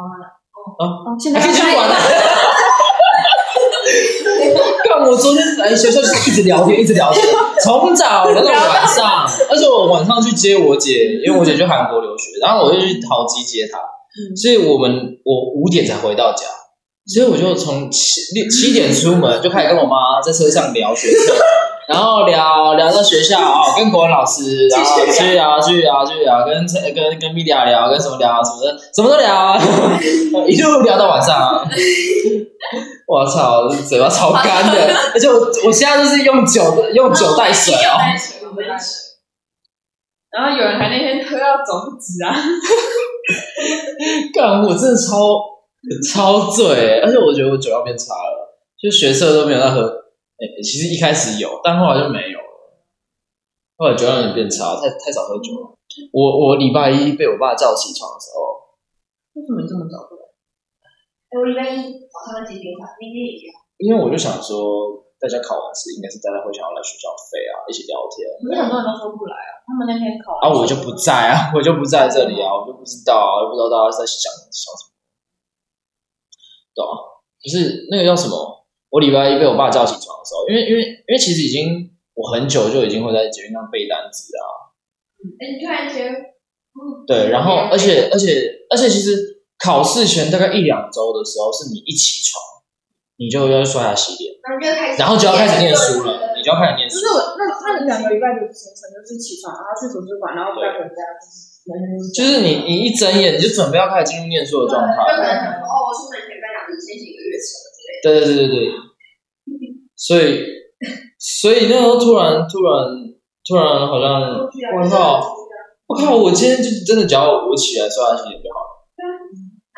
[SPEAKER 1] 哦，现
[SPEAKER 2] 对，
[SPEAKER 1] 在
[SPEAKER 2] 还可以去玩啊！ *laughs* 干，我昨天来学校就是一直聊天，一直聊天，从早聊到晚上，而且我晚上去接我姐，因为我姐去韩国留学，然后我就去桃机接她，所以我们我五点才回到家，所以我就从七六七点出门就开始跟我妈在车上聊学测，然后聊聊到学校哦，跟国文老师，然后去聊去聊去聊，跟跟跟 media 聊，跟什么聊什么的，什么都聊， *laughs* 一路聊到晚上。我操，嘴巴超干的，而且我我现在就是用酒用酒代水哦。
[SPEAKER 4] 带水，我带水，
[SPEAKER 1] *laughs* 然后有人还那天喝到走不止啊，
[SPEAKER 2] 干，我真的超超醉欸、而且我觉得我酒量变差了，就学社都没有在喝。哎、其实一开始有，但后来就没有了。后来酒量也变差，太太少喝酒了。我我礼拜一被我爸叫起床的时候，
[SPEAKER 1] 为什么你这么早睡？
[SPEAKER 4] 哎我礼拜一早上几点吧，明天也要，
[SPEAKER 2] 因为我就想说，大家考完试应该是大家会想要来学校飞啊，一起聊天
[SPEAKER 1] 可是很多人都说不来啊，他们那天考
[SPEAKER 2] 啊。我就不在啊，我就不在这里啊，我就不知道啊，我就不知道大家在想想什么。对啊，就是那个叫什么？我礼拜一被我爸叫起床的时候，因为因为因为其实已经我很久就已经会在捷运上背单词啊，
[SPEAKER 3] 哎，你突然觉得，嗯，
[SPEAKER 2] 对，然
[SPEAKER 5] 了解
[SPEAKER 2] 后而且而且而且，其实考试前大概一两周的时候，是你一起床，你就要刷牙洗脸，
[SPEAKER 3] 然后就开始，
[SPEAKER 2] 然后就要开始念书了，你就要开始念
[SPEAKER 1] 就
[SPEAKER 2] 书
[SPEAKER 1] 是。我那他们两个礼拜的行程就是起床，然后去图书馆，然后再回家，就是完全
[SPEAKER 2] 就是你你一睁眼你就准备要开始进入念书的状态。
[SPEAKER 3] 就可能想说哦，我出门前班长先几个月前之类
[SPEAKER 2] 对对对对对，所以所以那时候突然突然突然好像，
[SPEAKER 3] 的，去啊
[SPEAKER 2] 我靠，我靠，我今天就真的只要我起来刷牙洗脸就好了，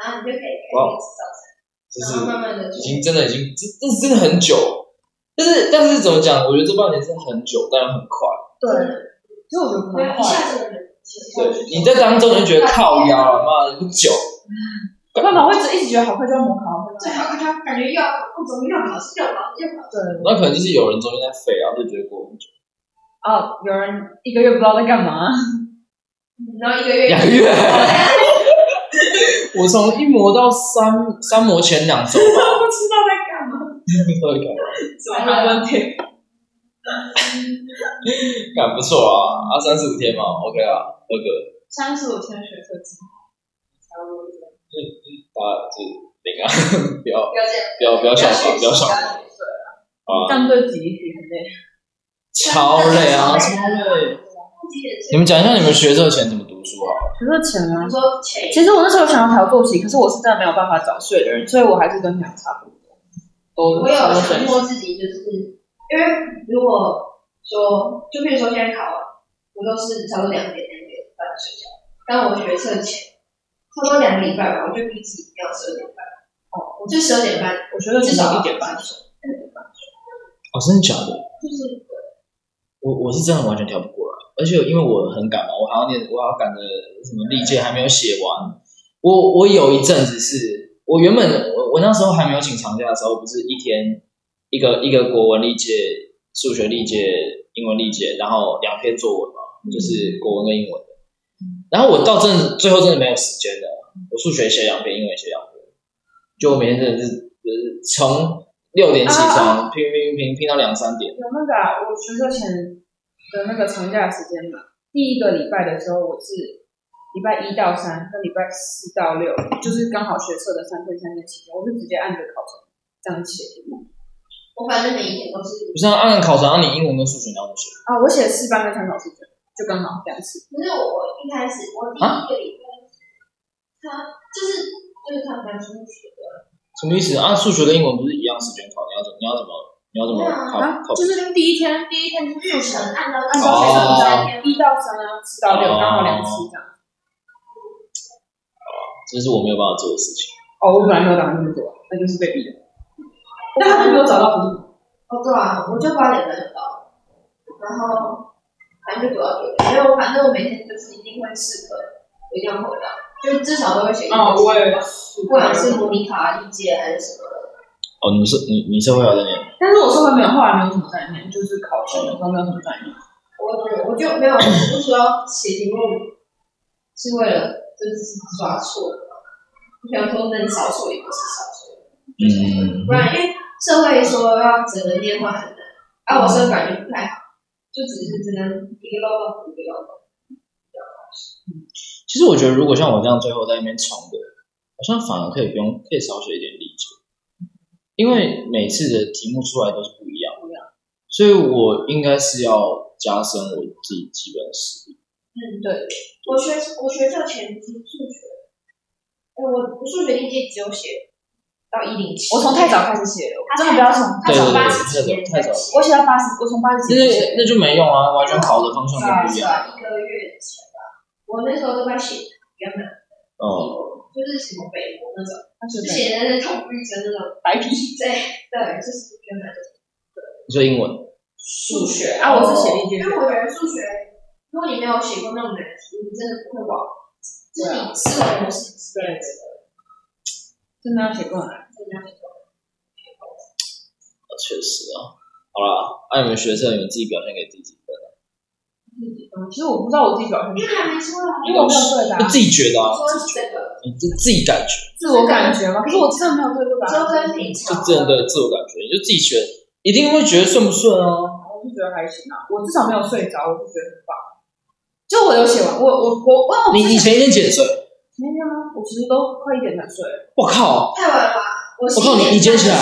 [SPEAKER 3] 然后你就可以开
[SPEAKER 2] 哇哦
[SPEAKER 3] 始早餐，
[SPEAKER 2] 就是
[SPEAKER 3] 然后慢慢的
[SPEAKER 2] 已经真的已经这这真的很久，但是但是怎么讲？我觉得这半年是很久，但又很快。
[SPEAKER 1] 对，就我觉得
[SPEAKER 3] 一
[SPEAKER 1] 蛮快的。
[SPEAKER 3] 下子人其实
[SPEAKER 2] 对，你在当中你就觉得靠腰了，妈的不久，
[SPEAKER 1] 我干嘛会一直一直觉得好快就要模考？
[SPEAKER 3] 最好看他感觉又要不怎么又考试又考试又考试，
[SPEAKER 1] 对，
[SPEAKER 2] 那可能就是有人中间在废啊，然后就觉得过很久，
[SPEAKER 1] 哦，有人一个月不知道在干嘛，
[SPEAKER 3] 然后一个月
[SPEAKER 2] 两个月。我从一模到三三模前两周吧，
[SPEAKER 1] 不知道在干嘛，
[SPEAKER 2] 都会改
[SPEAKER 1] 什么问题？
[SPEAKER 2] 改不错啊，啊三十五天嘛，OK 啊，合格，
[SPEAKER 1] 三十五天学科技，差不多
[SPEAKER 2] 啊就是零啊， *laughs* 不要
[SPEAKER 3] 不要这样，
[SPEAKER 2] 不要不要想法，不要想法
[SPEAKER 1] 对，
[SPEAKER 2] 啊，
[SPEAKER 1] 但对自己题很累。
[SPEAKER 2] 超累啊，超累。你们讲一下你们学这前怎么读书啊？
[SPEAKER 1] 可是钱啊
[SPEAKER 3] 你，说前
[SPEAKER 1] 其实我那时候想要调作息，可是我是真的没有办法早睡的人，所以我还是跟你们差不多，
[SPEAKER 3] 我
[SPEAKER 1] 都
[SPEAKER 3] 有
[SPEAKER 1] 差不多睡
[SPEAKER 3] 强。迫自己，就是因为如果说，就比如说现在考完，我都是差不多两点、两点半睡觉。但我学测前，差不多两个礼拜吧，我就逼自己一定要十二点半。哦，我就十二点半，
[SPEAKER 1] 我觉得
[SPEAKER 3] 至
[SPEAKER 1] 至
[SPEAKER 3] 少
[SPEAKER 1] 少
[SPEAKER 3] 要
[SPEAKER 1] 一点半睡。
[SPEAKER 2] 哦，真的假的？
[SPEAKER 3] 就是
[SPEAKER 2] 我我是真的完全调不过来，而且因为我很赶嘛，我还要念，我还要赶着什么历届还没有写完。我我有一阵子是我原本我我那时候还没有请长假的时候，不是一天一个一个国文历届、数学历届、英文历届，然后两篇作文嘛，就是国文跟英文的。然后我到真最后真的没有时间了，我数学写两篇，英文写两篇，就我每天真的是就是从六点起床拼拼拼拼拼到两三点。
[SPEAKER 1] 有那个、啊、我学校前的那个长假时间嘛，第一个礼拜的时候我是礼拜一到三跟礼拜四到六，就是刚好学测的三天三夜期间，我是直接按着考程这样写的。
[SPEAKER 3] 我反正每一天都是，
[SPEAKER 2] 不是啊按考场，你英文跟数学你要怎么写？
[SPEAKER 1] 啊，我写四班跟参考试卷，就刚好这样子。
[SPEAKER 3] 可是我一开始我第
[SPEAKER 1] 啊
[SPEAKER 3] 一个礼拜，他就是就是他们班出去的，
[SPEAKER 2] 什么意思啊？数学跟英文不是一样时间考，你要怎么你要怎么你要怎么考
[SPEAKER 1] 啊，
[SPEAKER 2] 哦考？
[SPEAKER 1] 就是第一天，第一天就是
[SPEAKER 3] 日程按照按
[SPEAKER 1] 按照
[SPEAKER 3] 照
[SPEAKER 1] 学
[SPEAKER 3] 那个
[SPEAKER 1] 测三
[SPEAKER 3] 三
[SPEAKER 1] 天
[SPEAKER 3] 天，
[SPEAKER 1] 一到三啊，四到六，刚好两次这样。
[SPEAKER 2] 这是我没有办法做的事情。
[SPEAKER 1] 哦，我本来没有打算这么做，那就是被逼的。但他就没有找到图书
[SPEAKER 3] 哦，对啊，我就八点半就到，然后反正就读到九点，因为我反正我每天就是一定会试课，我一定要回到，就至少都会写一
[SPEAKER 1] 馆。哦，我也
[SPEAKER 3] 个字，不管是模拟考啊、历届还是什么的，
[SPEAKER 2] 哦，你们是你你社会还在念？
[SPEAKER 1] 但是我社会没有，后来没有什么概念，就是考试的时候没有什么概念。
[SPEAKER 3] 我觉得我就没有，我不主要写题目是为了就是抓错的，我想说能少错一个是少错一个，
[SPEAKER 2] 嗯
[SPEAKER 3] 不，然因为社会说要整个念话很难，啊，我是感觉不太好，就只是只能一个漏洞补一个漏洞。
[SPEAKER 2] 其实我觉得如果像我这样最后在那边重的，好像反而可以不用，可以少写一点理解，因为每次的题目出来都是不一样
[SPEAKER 1] 不一
[SPEAKER 2] 的，所以我应该是要加深我自己基本的实力。
[SPEAKER 3] 嗯，
[SPEAKER 1] 对。
[SPEAKER 3] 我学我学校前是数学，哎，我数学历届只有写到一零七。
[SPEAKER 1] 我从太早开始写了，我真的不要从
[SPEAKER 3] 太
[SPEAKER 1] 太
[SPEAKER 2] 对对
[SPEAKER 1] 早
[SPEAKER 3] 早
[SPEAKER 1] 八十，
[SPEAKER 2] 对，太早太早了，
[SPEAKER 1] 我写到八十，我从八十几
[SPEAKER 2] 那
[SPEAKER 1] 岁写。
[SPEAKER 2] 那那就没用啊，完全考的方向就不一
[SPEAKER 3] 是啊，
[SPEAKER 2] 样。
[SPEAKER 3] 一个月前吧，我那时候都快写原本
[SPEAKER 2] 哦、
[SPEAKER 3] 就是什么北国那种，
[SPEAKER 1] 那
[SPEAKER 3] 就
[SPEAKER 1] 就是
[SPEAKER 3] 写的那种绿色那种，
[SPEAKER 1] 白皮
[SPEAKER 3] 对对，就是原本就是
[SPEAKER 2] 你说英文。
[SPEAKER 3] 数学
[SPEAKER 1] 啊，我是写历届
[SPEAKER 3] 哦因为我觉得数学，如果你没有写过那种难题，你真的不会玩，就是
[SPEAKER 1] 啊
[SPEAKER 3] 你思维模式是这样子的，
[SPEAKER 1] 真的要写过来。
[SPEAKER 3] 真的要写过
[SPEAKER 2] 确实啊。好啦，按、你们学测，你们自己表现给自己几分啊？
[SPEAKER 1] 嗯，其实我不知道我自己表现
[SPEAKER 3] 因为还没出来，
[SPEAKER 1] 因为我没有对答
[SPEAKER 2] 你自己觉得啊？
[SPEAKER 3] 说是这个，
[SPEAKER 2] 你你自自己感觉，
[SPEAKER 1] 自我感觉吗？可是我真的没有对过答
[SPEAKER 3] 周
[SPEAKER 1] 案，
[SPEAKER 3] 跟平
[SPEAKER 2] 就
[SPEAKER 3] 常，
[SPEAKER 2] 真的自我感觉，你就自己选，一定会觉得顺不顺啊？
[SPEAKER 1] 我就觉得还行啊，我至少没有睡着，我就觉得很棒。就我有写完，我我我哇，我
[SPEAKER 2] 你你
[SPEAKER 1] 之
[SPEAKER 2] 前
[SPEAKER 1] 前
[SPEAKER 2] 一天几点睡？
[SPEAKER 1] 没有啊，我其实都快一点才睡，
[SPEAKER 2] 我靠，
[SPEAKER 3] 太晚了吧？我
[SPEAKER 2] 我靠你你捡起来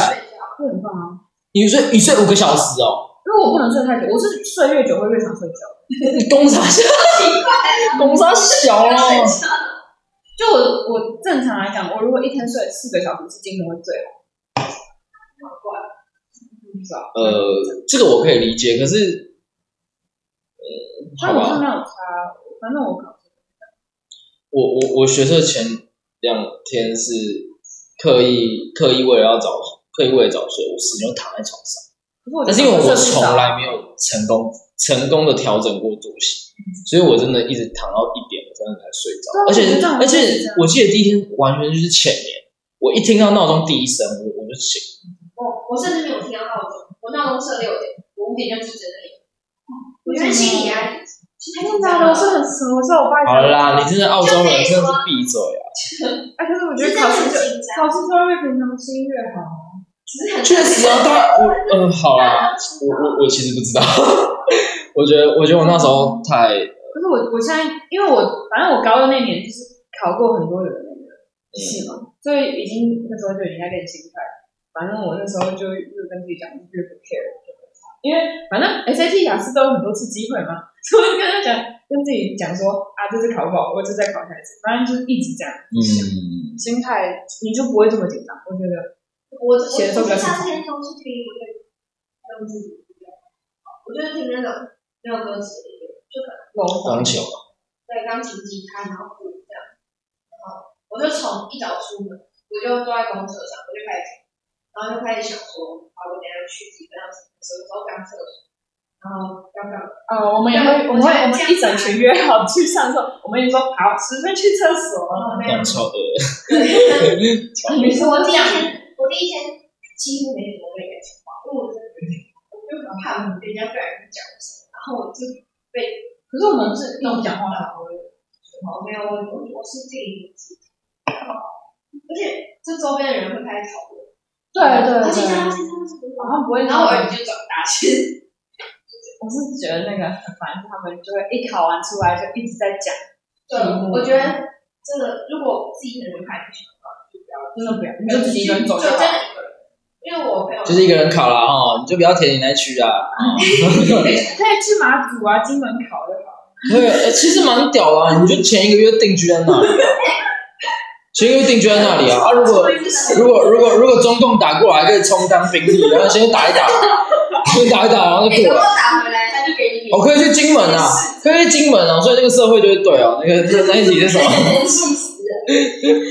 [SPEAKER 1] 会很棒啊，
[SPEAKER 2] 你睡你睡五个小时哦，
[SPEAKER 1] 因为我不能睡太久，我是睡越久会越想睡觉。
[SPEAKER 2] 你工啥小？
[SPEAKER 1] 啊
[SPEAKER 2] 工啥小哦？
[SPEAKER 1] 就我我正常来讲，我如果一天睡四个小时是精神会最好，
[SPEAKER 3] 好怪，
[SPEAKER 1] 不知道。
[SPEAKER 2] 呃，这个我可以理解，可是，呃，
[SPEAKER 1] 但
[SPEAKER 2] 好
[SPEAKER 1] 我是
[SPEAKER 2] 吧，
[SPEAKER 1] 没有差，反正我考
[SPEAKER 2] 我我我学测前两天是刻意刻意为了要早刻意为了早睡，我始终躺在床上。
[SPEAKER 1] 可是我觉得
[SPEAKER 2] 但是因为我
[SPEAKER 1] 睡不
[SPEAKER 2] 从
[SPEAKER 1] 着
[SPEAKER 2] 来没有成功成功的调整过作息，所以我真的一直躺到一点，我真的才睡着。而且而
[SPEAKER 1] 嗯对啊我觉得这样很
[SPEAKER 2] 且
[SPEAKER 1] 正常
[SPEAKER 2] 我记得第一天完全就是浅眠，我一听到闹钟第一声，我我就醒。
[SPEAKER 3] 我我甚至没有听到闹钟，我闹钟设六点，我五点就记着那里。我
[SPEAKER 1] 为
[SPEAKER 3] 觉得
[SPEAKER 1] 什么
[SPEAKER 3] 心理压力太
[SPEAKER 1] 现在都是很什么时候我爸
[SPEAKER 2] 好了啦，你真的澳洲人真的是闭嘴啊！
[SPEAKER 1] 哎，可是我觉
[SPEAKER 3] 就是
[SPEAKER 1] 得考
[SPEAKER 3] 很
[SPEAKER 1] 试就
[SPEAKER 3] 紧张，
[SPEAKER 1] 考试就会越平常心越好。
[SPEAKER 3] 只是很
[SPEAKER 2] 确实啊，他我呃好啦，我我我其实不知道， *laughs* 我觉得我觉得我那时候太
[SPEAKER 1] 可是我我现在因为我反正我高中那年就是考过很多人的那个试嘛，所以已经那时候就已经在练心态。反正我那时候就越跟自己讲越不 care，就没差因为反正 SAT 雅思都有很多次机会嘛， *laughs* 所以我就跟他讲跟自己讲说啊，这次考不好，我就再考下一次，反正就是一直这样，
[SPEAKER 2] 嗯，
[SPEAKER 1] 心态你就不会这么紧张。我觉得
[SPEAKER 3] 我我
[SPEAKER 1] 写的时候比较
[SPEAKER 3] 我下次天都是听一个用自己的，我就是听那种没有歌词的音乐，就可能
[SPEAKER 1] 某种
[SPEAKER 2] 钢琴
[SPEAKER 3] 在钢琴、吉他，然后鼓这样。然后我就从一早出门，我就坐在公车上，我就开始听，然后就开始想说，啊，我等一下去几个小时，什么时候上厕所，然后要干嘛？
[SPEAKER 1] 呃，我们也会，我们会，我们一整群约好去上厕，我们也说好，十分去厕所
[SPEAKER 3] 然后
[SPEAKER 1] 了。
[SPEAKER 3] 那样
[SPEAKER 2] 两。超的，
[SPEAKER 1] 你
[SPEAKER 3] *laughs* 你说我
[SPEAKER 1] 说
[SPEAKER 3] 第一
[SPEAKER 1] 这样，
[SPEAKER 3] 天，我第一天几乎没怎么跟人家讲话，因为我真的觉得我就很怕人家不然讲什么，然后我就
[SPEAKER 1] 可是我们是那种讲话的，
[SPEAKER 3] 哦没有，我我我是自己自己，而且这周边的人会开始讨论，
[SPEAKER 1] 对对
[SPEAKER 3] 而且他现在
[SPEAKER 1] 对，
[SPEAKER 3] 是
[SPEAKER 1] 好像不会。
[SPEAKER 3] 然后我耳机就转大去，
[SPEAKER 1] 我是觉得那个很烦，他们就会一考完出来就一直在讲，
[SPEAKER 3] 对，我觉得这个如果自己一个人看剧的话，就不要，
[SPEAKER 1] 真的不要，你就自己一个人走
[SPEAKER 3] 就
[SPEAKER 1] 就
[SPEAKER 3] 真的一
[SPEAKER 1] 好。
[SPEAKER 3] 个人，因为我朋友
[SPEAKER 2] *laughs* 就是一个人考啦哈，你就不要填你那区啊。 *laughs*
[SPEAKER 1] 可以去马祖啊、金门考就好。
[SPEAKER 2] 对，呃其实蛮屌的、啊，你就前一个月定居在
[SPEAKER 1] *laughs*
[SPEAKER 2] 那里、啊，前一个月定居在那里啊。啊，如果如果如果如果中共打过来，可以充当兵力，然后先打一打，先打一打，然后就
[SPEAKER 3] 你
[SPEAKER 2] 过
[SPEAKER 3] 如果
[SPEAKER 2] 来。
[SPEAKER 3] 打回来，他就给你
[SPEAKER 2] 我、可以去金门啊，可以去金门啊，所以那个社会就会对哦、那个那那一题是什么？
[SPEAKER 3] 气死人。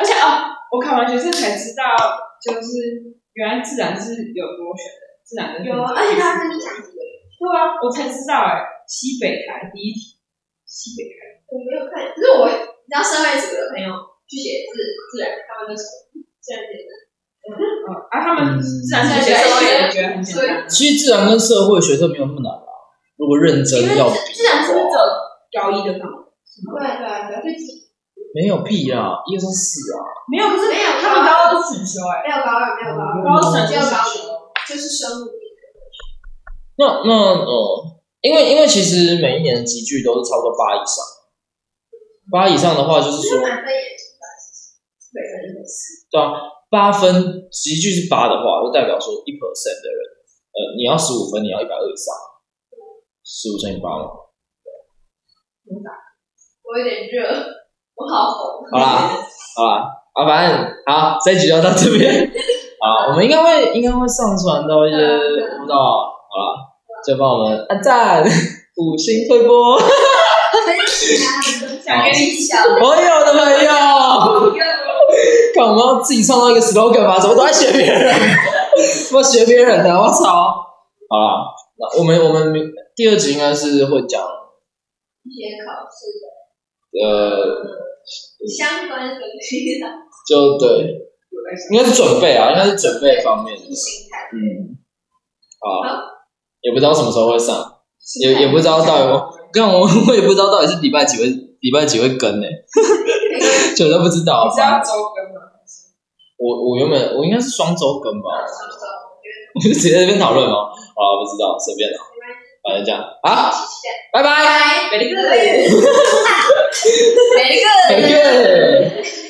[SPEAKER 1] 而且哦，我考完学测才知道，就是原来自然是有多选的，自然的
[SPEAKER 3] 有，啊而且他是你想几个人，
[SPEAKER 1] 对啊，我才知道哎、西北台第一题，西北台
[SPEAKER 3] 我没有看，可是我你知道社会组的朋友去写字自然，他们就说自然简单，
[SPEAKER 1] 嗯，啊，他们自然在
[SPEAKER 3] 嗯
[SPEAKER 1] 学校也觉得很简
[SPEAKER 3] 所以
[SPEAKER 1] 单，
[SPEAKER 2] 其实自然跟社会学都没有那么难啊，如果认真
[SPEAKER 1] 因为
[SPEAKER 2] 要比
[SPEAKER 1] 自自然是不是只有高一的范围？是吗
[SPEAKER 3] 对对对，就几
[SPEAKER 2] 没有屁啊，一二三四啊，
[SPEAKER 1] 没有，可是
[SPEAKER 3] 没有
[SPEAKER 1] 他们高二都是选修哎、
[SPEAKER 3] 没有高二，没有高二，
[SPEAKER 1] 高二选
[SPEAKER 3] 没
[SPEAKER 1] 修
[SPEAKER 3] 有
[SPEAKER 1] 是
[SPEAKER 3] 高
[SPEAKER 1] 选
[SPEAKER 3] 一
[SPEAKER 1] 修，
[SPEAKER 3] 就是生物。
[SPEAKER 2] 那那呃，因为因为其实每一年的集聚都是差不多八以上，八以上的话就是说。
[SPEAKER 3] 满分也是吧，对对对，
[SPEAKER 2] 对啊，八分集句是八的话，就代表说一 percent 的人，呃，你要十五分，你要一百二以上，十五乘以八嘛。
[SPEAKER 3] 我有点热，我好红。
[SPEAKER 2] 好啦，好啦，啊，反正好，这一集就到这边。啊，我们应该会应该会上传到一些，不知道，好啦，就帮我们啊按赞，五星推 *laughs* 波，
[SPEAKER 3] 很喜欢，
[SPEAKER 1] 想跟你
[SPEAKER 3] 笑。
[SPEAKER 2] 我有的朋友。看我们要自己创造一个 slogan 吧，怎么都在学别人，我学别人的，我操！好啦，那我们我们明第二集应该是会讲
[SPEAKER 3] 一些考试的
[SPEAKER 2] 呃，
[SPEAKER 3] 相关的那个
[SPEAKER 2] 就对，
[SPEAKER 1] 我在想
[SPEAKER 2] 应该是准备啊，应该是准备方面的，
[SPEAKER 3] 心态，
[SPEAKER 2] 嗯，啊，也不知道什么时候会上，也也不知道到底
[SPEAKER 1] 我
[SPEAKER 2] 我，但我我也不知道到底是礼拜几会礼拜几会 *laughs* 更呢、就都不知道
[SPEAKER 1] 你。是要周更吗？还是
[SPEAKER 2] 我我原本我应该是双周更吧，
[SPEAKER 3] 上周
[SPEAKER 2] 我就直接在那边讨论嘛。好啦，不知道，随便啦，反正这样啊，拜拜，
[SPEAKER 3] 拜，每个人，每个人。
[SPEAKER 2] 每个。